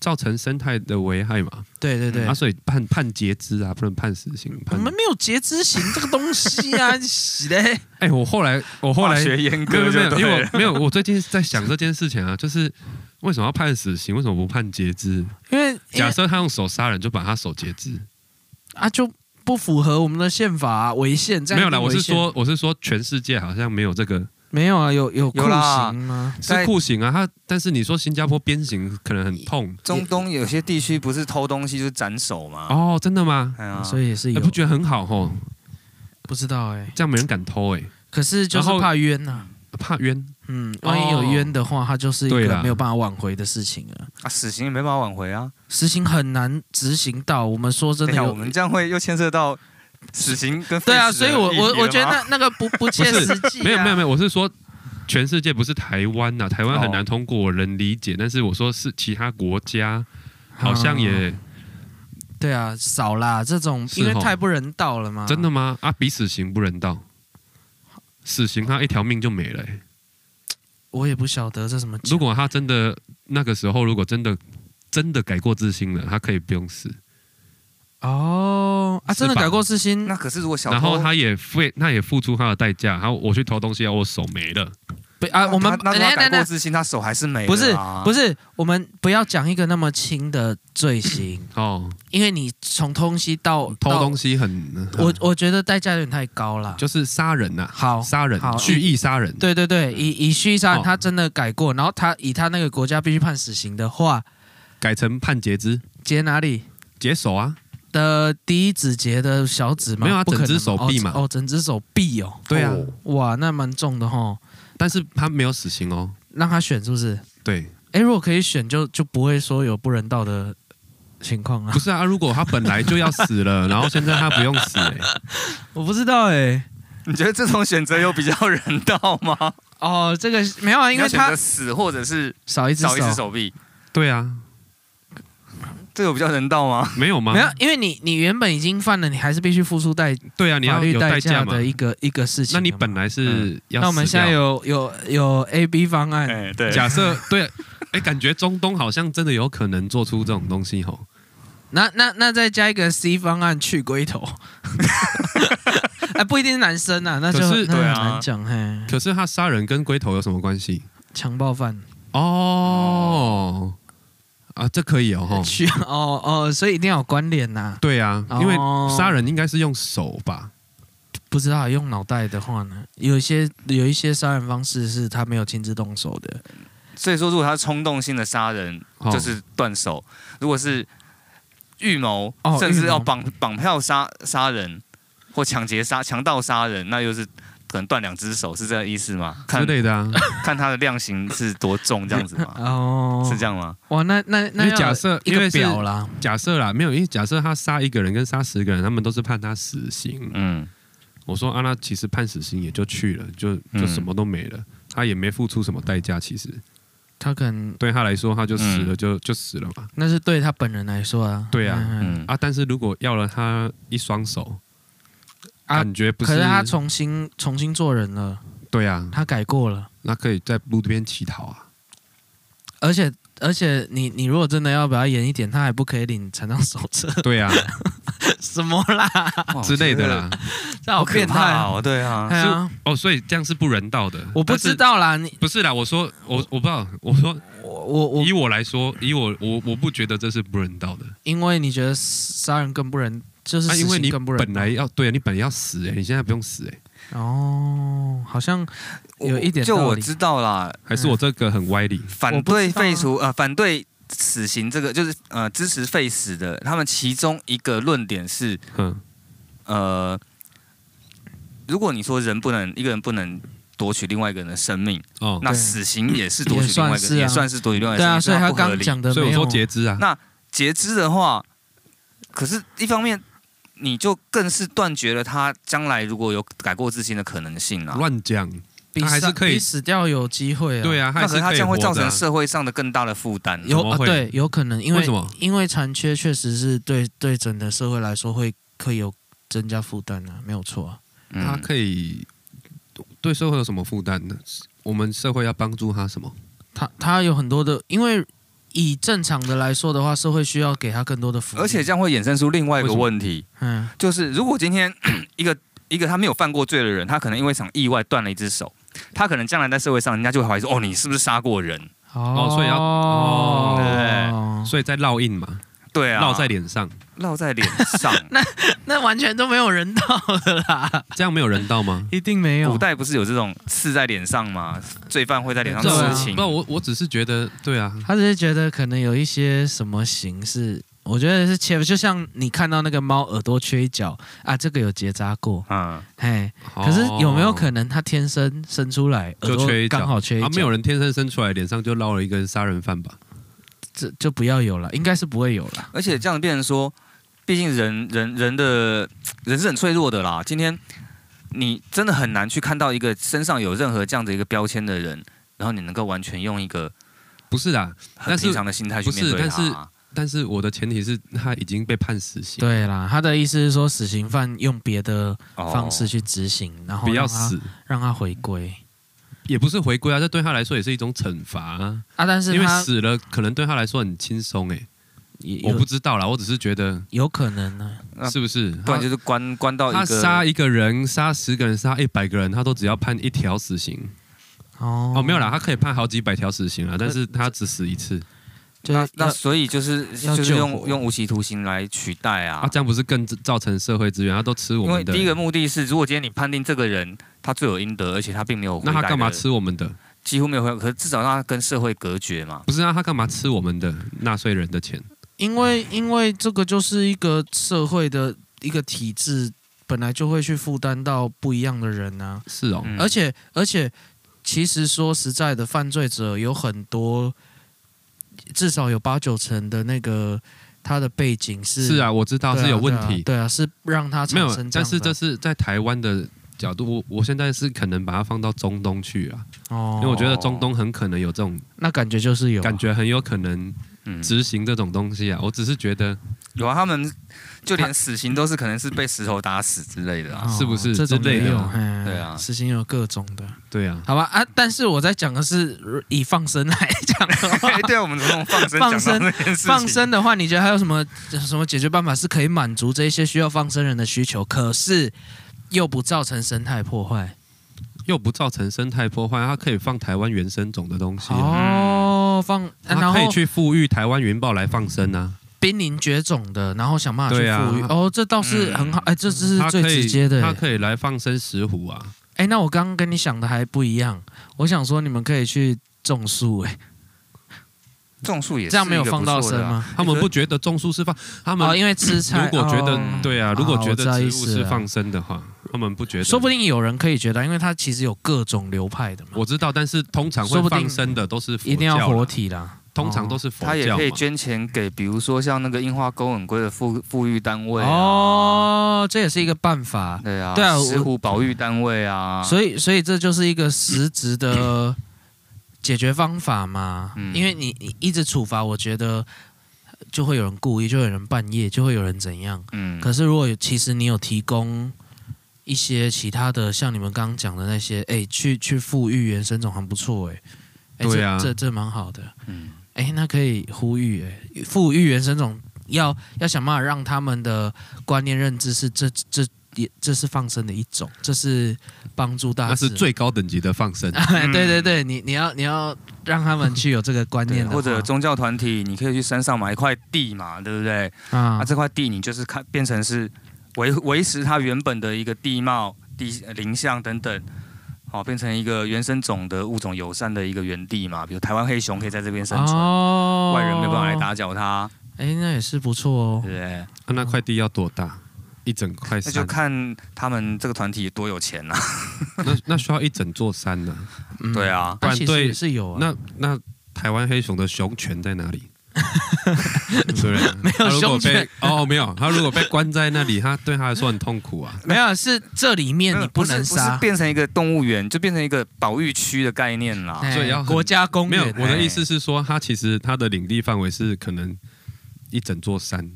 Speaker 3: 造成生态的危害嘛，
Speaker 1: 对对对
Speaker 3: 啊，，所以判判截肢啊，不能判死刑。
Speaker 1: 我
Speaker 3: 判
Speaker 1: 们没有截肢刑这个东西 啊，洗嘞，
Speaker 3: 哎，我后来我后
Speaker 2: 化
Speaker 3: 来
Speaker 2: 学阉
Speaker 3: 没
Speaker 2: 割
Speaker 3: 有没
Speaker 2: 就
Speaker 3: 有，因
Speaker 2: 对
Speaker 3: 为
Speaker 2: 了。
Speaker 3: 我没有，我最近在想这件事情啊，就是为什么要判死刑，为什么不判截肢？
Speaker 1: 因为因
Speaker 3: 假
Speaker 1: 为
Speaker 3: 设他用手杀人，就把他手截肢。
Speaker 1: 啊就不符合我们的宪法、啊、违宪，这
Speaker 3: 没
Speaker 1: 样
Speaker 3: 有啦，我
Speaker 1: 一定
Speaker 3: 是
Speaker 1: 违宪
Speaker 3: 说，我是说，全世界好像没有这个
Speaker 1: 没有啊，有有酷
Speaker 2: 有啦
Speaker 1: 刑吗？
Speaker 3: 是酷刑啊。他但是你说新加坡鞭刑可能很痛
Speaker 2: 中东有些地区不是偷东西就是斩首吗？
Speaker 3: 哦，真的吗？
Speaker 2: 哎呀，
Speaker 1: 所以也是
Speaker 3: 你
Speaker 1: 有，
Speaker 3: 不觉得很好吼？
Speaker 1: 不知道哎、
Speaker 3: 这样没人敢偷哎、
Speaker 1: 可是就是
Speaker 3: 然后
Speaker 1: 怕冤呐、
Speaker 3: 怕冤。
Speaker 1: 嗯，万一有冤的话，它就是一
Speaker 3: 哦对
Speaker 1: 个
Speaker 3: 啦
Speaker 1: 没有办法挽回的事情了。
Speaker 2: 啊，死刑也没办法挽回啊。
Speaker 1: 实行很难执行到，我们说真
Speaker 2: 等一
Speaker 1: 的
Speaker 2: 下，
Speaker 1: 有，
Speaker 2: 我们这样会又牵涉到死刑跟
Speaker 1: 对啊，
Speaker 2: 废死
Speaker 1: 所
Speaker 2: 的
Speaker 1: 以我
Speaker 2: 议题了
Speaker 1: 我
Speaker 2: 吗
Speaker 1: 我觉得那那个不不切
Speaker 3: 不是
Speaker 1: 实际、啊
Speaker 3: 没有没有没有，我是说全世界不是台湾呐、台湾很难
Speaker 2: 哦
Speaker 3: 通过，我能理解。但是我说是其他国家，
Speaker 1: 啊
Speaker 3: 好像也、
Speaker 1: 对啊，少啦这种，
Speaker 3: 是
Speaker 1: 因为
Speaker 3: 吼
Speaker 1: 太不人道了嘛。
Speaker 3: 真的吗？啊，比死刑不人道。死刑他一条命就没了欸、
Speaker 1: 我也不晓得这什么讲。
Speaker 3: 如果他真的那个时候，如果真的真的改过自新了，他可以不用死。
Speaker 1: 哦啊，
Speaker 3: 是
Speaker 1: 真的
Speaker 3: 吧
Speaker 1: 改过自新
Speaker 2: 那，可是如果小
Speaker 3: 然后
Speaker 2: 偷，
Speaker 1: 啊
Speaker 3: 他也付，他也付出他的代价。然后我去偷东西啊，我手没了，
Speaker 1: 不啊，我们
Speaker 2: 那那
Speaker 1: 等一
Speaker 2: 那
Speaker 1: 下
Speaker 2: 他
Speaker 1: 等
Speaker 2: 改
Speaker 1: 一
Speaker 2: 过
Speaker 1: 下
Speaker 2: 自新，他手还是没了啊
Speaker 1: 不是不是，我们不要讲一个那么轻的罪 行，
Speaker 3: 哦，
Speaker 1: 因为你从东西到
Speaker 3: 偷
Speaker 1: 到
Speaker 3: 东西很，
Speaker 1: 我我觉得代价有点太高了。
Speaker 3: 就是杀人呐、
Speaker 1: 好，
Speaker 3: 杀人
Speaker 1: 好，
Speaker 3: 蓄意杀人，
Speaker 1: 对对对，以以蓄意杀人，
Speaker 3: 哦
Speaker 1: 他真的改过，然后他以他那个国家必须判死刑的话，
Speaker 3: 改成判截肢、
Speaker 1: 解哪里？
Speaker 3: 解手啊，
Speaker 1: 的第一指节的小指吗？
Speaker 3: 没有啊
Speaker 1: 不可能
Speaker 3: 整只手臂嘛
Speaker 1: 哦，哦整只手臂哦。
Speaker 3: 对啊
Speaker 1: 哦哇，那蛮重的哈。
Speaker 3: 但是他没有死刑哦。
Speaker 1: 让他选是不是？
Speaker 3: 对，
Speaker 1: 哎，如果可以选就，就不会说有不人道的情况啊
Speaker 3: 不。是啊，如果他本来就要死了，然后现在他不用死、欸，
Speaker 1: 我不知道哎、
Speaker 2: 你觉得这种选择有比较人道吗？
Speaker 1: 哦，这个没有啊， 因
Speaker 2: 你要
Speaker 1: 为
Speaker 2: 选择
Speaker 1: 他
Speaker 2: 死或者是
Speaker 1: 少一只
Speaker 2: 少一只手臂，
Speaker 3: 对啊，
Speaker 2: 这有比较人道吗？
Speaker 3: 没有吗？
Speaker 1: 没有，因为你你原本已经犯了，你还是必须付出代
Speaker 3: 对啊，你
Speaker 1: 法
Speaker 3: 要
Speaker 1: 律
Speaker 3: 有代
Speaker 1: 价
Speaker 3: 嘛。
Speaker 1: 的一个一个事情
Speaker 3: 那
Speaker 1: 了嘛。
Speaker 3: 你本来是要死掉、啊
Speaker 1: 那我们现在有有有 A B 方案，
Speaker 2: 哎，对，
Speaker 3: 假设对，哎、感觉中东好像真的有可能做出这种东西吼。
Speaker 1: 那那那再加一个 C 方案去龟头，哎，不一定是男生啊，那就
Speaker 3: 可是
Speaker 1: 那很
Speaker 2: 对啊
Speaker 1: 难讲嘿，
Speaker 3: 可是他杀人跟龟头有什么关系？
Speaker 1: 强暴犯
Speaker 3: 哦，啊，这可以哦吼。
Speaker 1: 去哦哦，所以一定要有关联呐、
Speaker 3: 对啊，
Speaker 1: 哦
Speaker 3: 因为杀人应该是用手吧？
Speaker 1: 不知道用脑袋的话呢，有一些有一些杀人方式是他没有亲自动手的，
Speaker 2: 所以说，如果他是冲动性的杀人，
Speaker 3: 哦
Speaker 2: 就是断手；如果是预谋，
Speaker 1: 哦
Speaker 2: 甚至
Speaker 1: 预谋
Speaker 2: 要绑绑票杀杀人或抢劫杀、强盗杀人，那又是可能断两只手，是这个意思吗？
Speaker 3: 之
Speaker 2: 看
Speaker 3: 类的啊。
Speaker 2: 看他的量刑是多重这样子吗？
Speaker 1: 哦，
Speaker 2: 是这样吗？
Speaker 1: 哇，那那
Speaker 3: 因
Speaker 1: 那
Speaker 3: 为假设
Speaker 1: 要有
Speaker 3: 因为
Speaker 1: 一个
Speaker 3: 是
Speaker 1: 表啦，
Speaker 3: 假设啦，没有，因为假设他杀一个人跟杀十个人，他们都是判他死刑。
Speaker 2: 嗯，
Speaker 3: 我说啊，那其实判死刑也就去了，就就
Speaker 2: 嗯
Speaker 3: 什么都没了，他也没付出什么代价。其实
Speaker 1: 他可能
Speaker 3: 对他来说，他就死了，
Speaker 2: 嗯
Speaker 3: 就就死了嘛。
Speaker 1: 那是对他本人来说啊，
Speaker 3: 对啊
Speaker 1: 嗯
Speaker 2: 嗯
Speaker 3: 啊，但是如果要了他一双手，
Speaker 1: 啊
Speaker 3: 感觉不
Speaker 1: 可是他重新重新做人了，
Speaker 3: 对啊，
Speaker 1: 他改过了。
Speaker 3: 那可以在路边乞 讨啊。
Speaker 1: 而且而且你，你如果真的要把它严一点，他还不可以领残障手册
Speaker 3: 对啊，
Speaker 1: 什么啦，
Speaker 2: 啊
Speaker 3: 之类的啦，。
Speaker 1: 这
Speaker 2: 好
Speaker 1: 好
Speaker 2: 可
Speaker 1: 变态
Speaker 2: 怕
Speaker 1: 啊！
Speaker 2: 哦！对啊，
Speaker 1: 哎呀，
Speaker 3: 哦，所以这样是不人道的。
Speaker 1: 我不
Speaker 3: 但是
Speaker 1: 知，道啦，你
Speaker 3: 不是啦，我说我我不知道，我说
Speaker 1: 我我我
Speaker 3: 以，我来说，以我我我不觉得这是不人道的，
Speaker 1: 因为你觉得杀人更不人，就是
Speaker 3: 啊，
Speaker 1: 死
Speaker 3: 因为
Speaker 1: 刑
Speaker 3: 你
Speaker 1: 更不人
Speaker 3: 本来要对啊，你本来要死哎、你现在不用死哎、
Speaker 1: 哦，好像有一点
Speaker 2: 就
Speaker 1: 道
Speaker 2: 我
Speaker 1: 理
Speaker 2: 知道啦，
Speaker 3: 还是
Speaker 1: 嗯
Speaker 3: 我这个很歪理
Speaker 2: 反
Speaker 1: 我不
Speaker 2: 对
Speaker 1: 知道啊
Speaker 2: 废除呃，反对死刑这个就是呃支持废死的，他们其中一个论点是
Speaker 3: 哼，
Speaker 2: 呃，如果你说人不能一个人不能夺取另外一个人的生命，
Speaker 3: 哦，
Speaker 2: 那
Speaker 1: 对
Speaker 2: 死刑也是夺
Speaker 1: 也
Speaker 2: 取另外
Speaker 1: 算
Speaker 2: 一个
Speaker 1: 是啊
Speaker 2: 也算是夺取另外
Speaker 3: 哎
Speaker 2: 一个
Speaker 1: 对啊，
Speaker 2: 生命，
Speaker 1: 所以
Speaker 2: 它
Speaker 1: 他
Speaker 2: 不合
Speaker 1: 刚
Speaker 2: 理。
Speaker 1: 讲的
Speaker 3: 所以
Speaker 1: 没
Speaker 3: 我
Speaker 1: 有
Speaker 3: 说截肢啊
Speaker 2: 那，截肢的话，可是一方面你就更是断绝了他将来如果有改过自新的可能性啊。
Speaker 3: 乱讲，
Speaker 1: 比
Speaker 3: 他还
Speaker 1: 杀
Speaker 3: 是可以
Speaker 1: 比死掉有机会啊，
Speaker 3: 对
Speaker 1: 啊，
Speaker 3: 啊，
Speaker 2: 那
Speaker 3: 还
Speaker 2: 可
Speaker 3: 是
Speaker 2: 是他
Speaker 3: 可以
Speaker 2: 这样会
Speaker 3: 活
Speaker 2: 造
Speaker 3: 着啊
Speaker 2: 成社会上的更大的负担。
Speaker 1: 有
Speaker 3: 怎么
Speaker 1: 啊
Speaker 3: 会
Speaker 1: 对有可能，因为
Speaker 3: 为什么？
Speaker 1: 因为残缺确实是对对整个社会来说会会有增加负担啊，没有错啊，
Speaker 3: 他
Speaker 2: 嗯，
Speaker 3: 可以对社会有什么负担呢？我们社会要帮助他什么？
Speaker 1: 他他有很多的，因为以正常的来说的话，社会需要给他更多的福利，
Speaker 2: 而且这样会衍生出另外一
Speaker 3: 为
Speaker 2: 个
Speaker 3: 什么
Speaker 2: 问题。
Speaker 1: 嗯，
Speaker 2: 就是如果今天 一个一个他没有犯过罪的人，他可能因为一场意外断了一只手，他可能将来在社会上人家就会怀疑说，哦，你是不是杀过人？
Speaker 1: 哦
Speaker 3: 所以要哦
Speaker 1: 对，
Speaker 3: 所以在烙印嘛，
Speaker 2: 对啊，
Speaker 3: 烙在脸上，
Speaker 2: 烙在脸 上。
Speaker 1: 那完全都没有人道的啦，
Speaker 3: 这样没有人 道吗？
Speaker 1: 一定没
Speaker 2: 古代不是有这种刺在脸上吗？罪犯会在脸上
Speaker 1: 对啊
Speaker 2: 刺
Speaker 1: 情
Speaker 2: 青
Speaker 3: 不，，我我只是觉得，对啊，
Speaker 1: 他只是觉得可能有一些什么形式，我觉得是切，就像你看到那个猫耳朵缺一角啊，这个有结扎过，
Speaker 2: 嗯，
Speaker 1: 嘿，
Speaker 3: 哦
Speaker 1: 可是有没有可能他天生生出来耳
Speaker 3: 就
Speaker 1: 朵
Speaker 3: 缺一角
Speaker 1: 刚好缺一角？
Speaker 3: 啊？没有人天生生出来脸上就烙了一个杀人犯吧？
Speaker 1: 这就不要有了，应该是不会有了。
Speaker 2: 而且这样变成说，毕竟人人人的人是很脆弱的啦。今天你真的很难去看到一个身上有任何这样的一个标签的人，然后你能够完全用一个
Speaker 3: 不是啊，
Speaker 2: 很
Speaker 3: 但是
Speaker 2: 平常的心态去
Speaker 3: 不是
Speaker 2: 面对
Speaker 3: 但是
Speaker 2: 他啊。
Speaker 3: 但是我的前提是他已经被判死刑，
Speaker 1: 对啦，他的意思是说，死刑犯用别的
Speaker 2: 哦
Speaker 1: 方式去执行，然后
Speaker 3: 不要
Speaker 1: 让他
Speaker 3: 死，
Speaker 1: 让他回归
Speaker 3: 也不是回归啊，这对他来说也是一种惩罚啊、
Speaker 1: 啊。但是
Speaker 3: 因为
Speaker 1: 他
Speaker 3: 死了可能对他来说很轻松哎，
Speaker 1: 也
Speaker 3: 我
Speaker 1: 有
Speaker 3: 不知道啦，我只是觉得
Speaker 1: 有可能啊呢、
Speaker 2: 那
Speaker 3: 是不是？
Speaker 2: 不
Speaker 3: 他
Speaker 2: 然就是关关到
Speaker 3: 他
Speaker 2: 一个
Speaker 3: 杀一个人、杀十个人、杀一百个人，他都只要判一条死刑
Speaker 1: 哦，
Speaker 3: 哦，没有啦，，他可以判好几百条死刑啊，但是他只死一次
Speaker 1: 就
Speaker 2: 那
Speaker 1: 是
Speaker 2: 那
Speaker 1: 要
Speaker 2: 所以就是
Speaker 1: 要
Speaker 2: 就是
Speaker 1: 救
Speaker 2: 用
Speaker 1: 活
Speaker 2: 用无期徒刑来取代啊，
Speaker 3: 啊，这样不是更造成社会资源？他都吃我
Speaker 2: 因为
Speaker 3: 们的，
Speaker 2: 第一个目的是，如果今天你判定这个人他罪有应得，而且他并没有悔
Speaker 3: 那他
Speaker 2: 改
Speaker 3: 干嘛
Speaker 2: 的？
Speaker 3: 吃我们的？
Speaker 2: 几乎没有悔改，可是至少让他跟社会隔绝嘛。
Speaker 3: 不是啊，他干嘛吃我们的纳税人的钱？
Speaker 1: 因为因为这个就是一个社会的一个体制，本来就会去负担到不一样的人啊。
Speaker 3: 是哦，
Speaker 2: 嗯
Speaker 1: 而且而且，其实说实在的，犯罪者有很多，至少有八九成的那个他的背景是
Speaker 3: 是，啊，我知道
Speaker 1: 对啊
Speaker 3: 是有问
Speaker 1: 对啊
Speaker 3: 题，
Speaker 1: 对啊，是让他
Speaker 3: 没
Speaker 1: 产
Speaker 3: 有
Speaker 1: 生，这样的
Speaker 3: 但是这是在台湾的角度，我我现在是可能把它放到中东去啊，
Speaker 1: 哦
Speaker 3: 因为我觉得中东很可能有这种
Speaker 1: 那感觉就是有啊
Speaker 3: 感觉，很有可能
Speaker 2: 嗯，
Speaker 3: 执行这种东西啊。我只是觉得
Speaker 2: 有啊，他们就连死刑都是可能是被石头打死之类的啊。
Speaker 1: 哦
Speaker 3: 是不是
Speaker 1: 这种
Speaker 3: 之类的
Speaker 1: 也有
Speaker 3: 啊
Speaker 1: 嘿
Speaker 2: 对啊
Speaker 1: 事情有各种的，
Speaker 3: 对啊，
Speaker 1: 好吧啊，但是我在讲的是以放生来讲的话
Speaker 2: 哎， 对啊，我们从放生讲
Speaker 1: 放
Speaker 2: 到
Speaker 1: 生
Speaker 2: 这件事情，
Speaker 1: 放生的话，你觉得还有什么什么解决办法是可以满足这些需要放生人的需求，可是又不造成生态破坏？
Speaker 3: 又不造成生态破坏，它可以放台湾原生种的东西、啊，
Speaker 1: 哦，放、然
Speaker 3: 它可以
Speaker 1: 后
Speaker 3: 去富裕台湾云豹来放生啊，
Speaker 1: 濒临绝种的，然后想办法去
Speaker 3: 对啊
Speaker 1: 富裕。哦，这倒是很好，哎、这这是
Speaker 3: 它
Speaker 1: 最
Speaker 3: 可
Speaker 1: 直
Speaker 3: 以
Speaker 1: 接的、
Speaker 3: 它可以来放生石虎啊，
Speaker 1: 哎、那我刚刚跟你想的还不一样，我想说你们可以去种树、哎，
Speaker 2: 种树也是
Speaker 1: 这样没有
Speaker 2: 一个
Speaker 1: 放到
Speaker 2: 不错
Speaker 1: 生
Speaker 2: 的啊？
Speaker 1: 吗？
Speaker 3: 他们不觉得种树是放，他们
Speaker 1: 哦，因为吃菜。
Speaker 3: 如果觉得、
Speaker 1: 哦
Speaker 3: 对啊，
Speaker 1: 哦
Speaker 3: 如果觉
Speaker 1: 我知道
Speaker 3: 得植
Speaker 1: 意
Speaker 3: 物
Speaker 1: 思
Speaker 3: 是
Speaker 1: 了
Speaker 3: 放生的话，他们不觉得，
Speaker 1: 说不定有人可以觉得，因为它其实有各种流派的嘛，
Speaker 3: 我知道，但是通常
Speaker 1: 说
Speaker 3: 会
Speaker 1: 不定
Speaker 3: 放生的都是佛教啦，
Speaker 1: 一定要活体啦。
Speaker 3: 通常都是
Speaker 2: 哦
Speaker 3: 佛
Speaker 2: 他也
Speaker 3: 教
Speaker 2: 可以
Speaker 3: 嘛。
Speaker 2: 捐钱给，比如说像那个樱花勾吻龟的富富裕单位啊，
Speaker 1: 哦，这也是一个办法。
Speaker 2: 对啊，
Speaker 1: 对啊我
Speaker 2: 石虎保育单位啊，
Speaker 1: 所以，所以这就是一个实质 的解决方法嘛。
Speaker 2: 嗯
Speaker 1: 因为你你一直处罚，我觉得就会有人故意，就会有人半夜，就会有人怎样。
Speaker 2: 嗯，
Speaker 1: 可是如果有其实你有提供一些其他的，像你们刚刚讲的那些，哎，去去富裕原生种很不错，哎，哎，
Speaker 3: 对
Speaker 1: 这
Speaker 3: 啊
Speaker 1: 这这蛮好的。
Speaker 2: 嗯
Speaker 1: 哎，那可以呼吁哎，富裕原生种要要想办法让他们的观念认知是这这也这是放生的一种，这是帮助大
Speaker 3: 那
Speaker 1: 家
Speaker 3: 是最高等级的放
Speaker 2: 啊
Speaker 3: 生，
Speaker 1: 哎 对对对，你你要你要让他们去有这个观
Speaker 2: 对
Speaker 1: 念的话，
Speaker 2: 嗯或者宗教团体，你可以去山上买一块地嘛，对不对？
Speaker 1: 啊
Speaker 2: 啊，这块地你就是看变成是维维持它原本的一个地貌、地呃林相等等，好、变成一个原生种的物种友善的一个园地嘛。比如台湾黑熊可以在这边生存，
Speaker 1: 哦，
Speaker 2: 外人没有办法来打搅它，
Speaker 1: 哎，那也是不错哦
Speaker 2: 对不。对？
Speaker 3: 啊那块地要多大？一整块
Speaker 2: 那就
Speaker 3: 山，
Speaker 2: 看他们这个团体多有钱啊。
Speaker 3: 那那需要一整座山呢、
Speaker 1: 嗯
Speaker 2: 对，
Speaker 1: 但
Speaker 2: 啊，
Speaker 3: 不然
Speaker 1: 其实
Speaker 3: 对
Speaker 1: 也是有啊，
Speaker 3: 那那台湾黑熊的熊权在 哪里？对不对？没
Speaker 1: 有熊权
Speaker 3: 哦，没有。他如果被关在那里，他对他来说很痛苦啊。
Speaker 1: 没有是这里面
Speaker 2: 那
Speaker 1: 你
Speaker 2: 不是
Speaker 1: 能
Speaker 2: 不是
Speaker 1: 杀，
Speaker 2: 变成一个动物园，就变成一个保育区的概念啦。
Speaker 1: 哎
Speaker 3: 所以要很
Speaker 1: 国家公
Speaker 3: 没有，
Speaker 1: 园
Speaker 3: 我的意思是说，他其实他的领地范围是可能一整座山，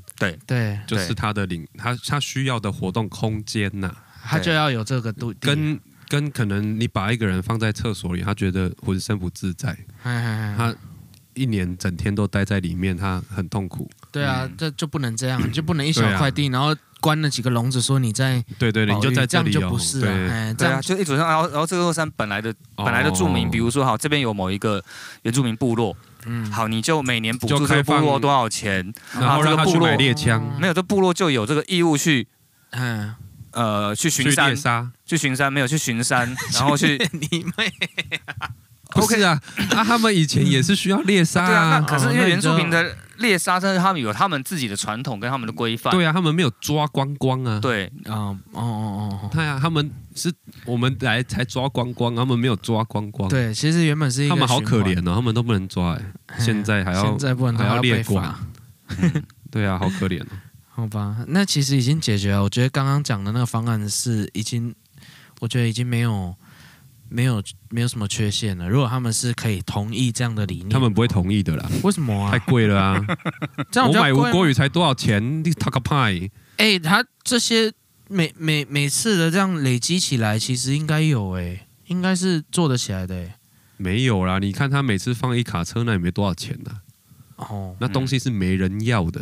Speaker 1: 对，
Speaker 3: 就是他的领他他需要的活动空间呐、
Speaker 1: 他就要有这个度
Speaker 3: 跟跟可能你把一个人放在厕所里，他觉得浑身不自在，
Speaker 1: 他
Speaker 3: 他一年整天都待在里面，他很痛苦。
Speaker 1: 对啊，
Speaker 2: 嗯
Speaker 1: 这就不能这样，你就不能一小
Speaker 3: 对啊
Speaker 1: 块地，然后关了几个笼子，说你在
Speaker 3: 对对，对你
Speaker 1: 保
Speaker 3: 就
Speaker 1: 育
Speaker 3: 在
Speaker 1: 这样
Speaker 3: 里
Speaker 1: 就
Speaker 3: 哦
Speaker 1: 不是
Speaker 3: 对
Speaker 1: 了，哎，这
Speaker 2: 对
Speaker 1: 样
Speaker 2: 啊，就一组上，然后然后这座山本来的本来的住民，
Speaker 3: 哦
Speaker 2: 比如说好，这边有某一个原住民部落，
Speaker 1: 嗯，
Speaker 2: 好，你就每年补
Speaker 3: 就
Speaker 2: 助这个
Speaker 3: 开
Speaker 2: 部
Speaker 3: 放
Speaker 2: 落多少钱？
Speaker 3: 然
Speaker 2: 啊
Speaker 3: 后
Speaker 2: 这
Speaker 3: 让
Speaker 2: 个
Speaker 3: 他
Speaker 2: 部
Speaker 3: 去
Speaker 2: 落嗯
Speaker 3: 买猎枪，
Speaker 2: 没有，这部落就有这个义务去
Speaker 1: 嗯，
Speaker 2: 呃去
Speaker 3: 去
Speaker 2: 巡山
Speaker 3: 猎，杀。
Speaker 2: 去巡山没有去巡 山，然后去
Speaker 1: 你妹，
Speaker 3: 不是啊，啊，他们以前也是需要猎杀
Speaker 2: 对啊，那可
Speaker 1: 哦
Speaker 2: 是因
Speaker 1: 那
Speaker 2: 为
Speaker 1: 你
Speaker 2: 原住民
Speaker 1: 知道
Speaker 2: 的猎杀，但是他们有他们自己的传统跟他们的规范，
Speaker 3: 对啊，他们没有抓光光啊。
Speaker 2: 对
Speaker 1: 哦哦哦哦
Speaker 3: 对啊，他们是我们来才抓光光，他们没有抓光光。
Speaker 1: 哦，，对，其实原本是一个
Speaker 3: 他们好可
Speaker 1: 循
Speaker 3: 怜哦，他们都不能抓哎、
Speaker 1: 环，
Speaker 3: 现在还
Speaker 1: 哎
Speaker 3: 要
Speaker 1: 现在不然他
Speaker 3: 还要
Speaker 1: 被
Speaker 3: 列
Speaker 1: 罚
Speaker 3: 管，对啊，好可怜哦。
Speaker 1: 好吧？那其实已经解决了，我觉得刚刚讲的那个方案是已经，我觉得已经没有。没有，没有什么缺陷了。如果他们是可以同意这样的理念，
Speaker 3: 他们不会同意的啦，
Speaker 1: 为什么啊
Speaker 3: 太？贵了啊！
Speaker 1: 这样
Speaker 3: 我
Speaker 1: 比较贵
Speaker 3: 买无
Speaker 1: 吗
Speaker 3: 国语才多少钱？你他个派！
Speaker 1: 哎、他这些每每每次的这样累积起来，其实应该有哎、应该是做得起来的哎、
Speaker 3: 没有啦，你看他每次放一卡车，那也没多少钱呐、
Speaker 1: 哦，
Speaker 3: 那东西是没人要的，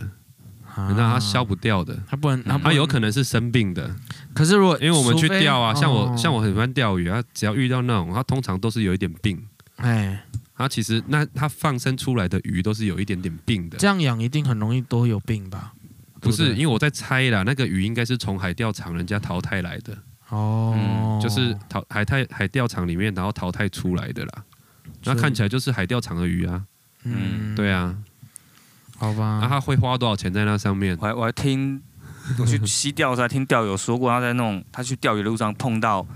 Speaker 1: 啊
Speaker 3: 那他消不掉的，
Speaker 1: 他不能，他不
Speaker 3: 他
Speaker 1: 能
Speaker 3: 有可。能是生病的，
Speaker 1: 可是如果
Speaker 3: 因为我们去
Speaker 1: 啊除非
Speaker 3: 钓啊，像我
Speaker 1: 哦
Speaker 3: 像我很喜欢钓鱼，他啊只要遇到那种，他通常都是有一点病，
Speaker 1: 哎，
Speaker 3: 他其实那他放生出来的鱼都是有一点点病的
Speaker 1: 这，样养一定很容易都有病吧？
Speaker 3: 不是
Speaker 1: 对
Speaker 3: 因为我在猜啦，那个鱼应该是从海钓场人家淘汰来的，
Speaker 1: 哦，
Speaker 3: 嗯就是淘海泰海钓场里面然后淘汰出来的啦，那看起来就是海钓场的鱼啊，
Speaker 1: 嗯
Speaker 3: 对啊，
Speaker 1: 好
Speaker 3: 那、
Speaker 1: 吧，
Speaker 3: 他会花多少钱在那上面？
Speaker 2: 我还我还听我去西钓的时候还听钓友说过，他在那种他去钓鱼的路上碰到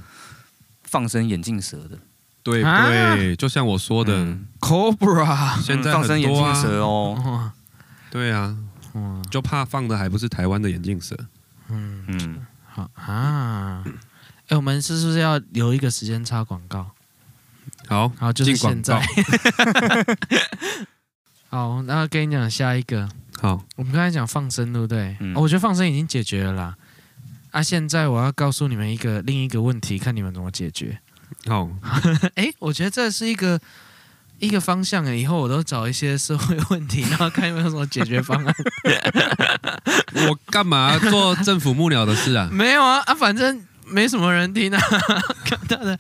Speaker 2: 放生眼镜蛇的，
Speaker 3: 对
Speaker 1: 啊
Speaker 3: 对，就像我说的，
Speaker 2: 嗯
Speaker 1: Cobra，嗯
Speaker 3: 现在
Speaker 2: 放生
Speaker 3: 很
Speaker 2: 眼
Speaker 3: 多
Speaker 2: 镜
Speaker 3: 啊，
Speaker 2: 蛇哦，
Speaker 1: 哇
Speaker 3: 对啊，
Speaker 1: 哇，
Speaker 3: 就怕放的还不是台湾的眼镜蛇。
Speaker 1: 嗯，
Speaker 2: 嗯，
Speaker 1: 好啊。哎，我们是不是要留一个时间插广告？
Speaker 3: 好，
Speaker 1: 好，就是
Speaker 3: 进广
Speaker 1: 现在
Speaker 3: 告。
Speaker 1: 好，那跟你讲下一个，
Speaker 3: 好，
Speaker 1: 我们刚才讲放生，对不对？
Speaker 2: 嗯
Speaker 1: 哦我觉得放生已经解决了啦。啊，现在我要告诉你们一个另一个问题，看你们怎么解决。
Speaker 3: 好，
Speaker 1: 哎，我觉得这是一个一个方向诶，以后我都找一些社会问题，然后看有没有什么解决方案。
Speaker 3: 我干嘛做政府幕僚的事啊？
Speaker 1: 没有啊啊，反正没什么人听啊， 看到的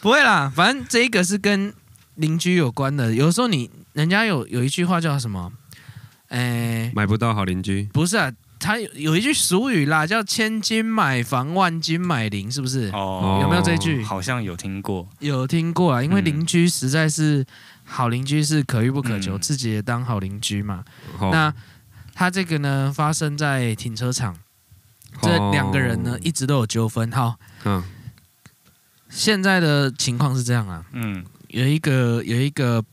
Speaker 1: 不会啦。反正这一个是跟邻居有关的。有时候你人家有有一句话叫什么？哎，
Speaker 3: 买不到好邻居，
Speaker 1: 不是啊，他有有一句俗语啦，叫“千金买房，万金买邻”，是不是？
Speaker 2: 哦，
Speaker 1: 有没有这句？
Speaker 2: 好像有听过，
Speaker 1: 有听过啊，因为
Speaker 2: 嗯
Speaker 1: 邻居实在是、好邻居是可遇不可求，
Speaker 2: 嗯哦
Speaker 1: 自己也当好邻居嘛。
Speaker 3: 好，
Speaker 1: 那他这个呢，发生在停车场，
Speaker 2: 哦
Speaker 3: 好
Speaker 1: 这两个人呢，一直都有纠纷。好，
Speaker 3: 嗯，
Speaker 1: 现在的情况是这样啊，
Speaker 2: 嗯
Speaker 1: 有一个有一个，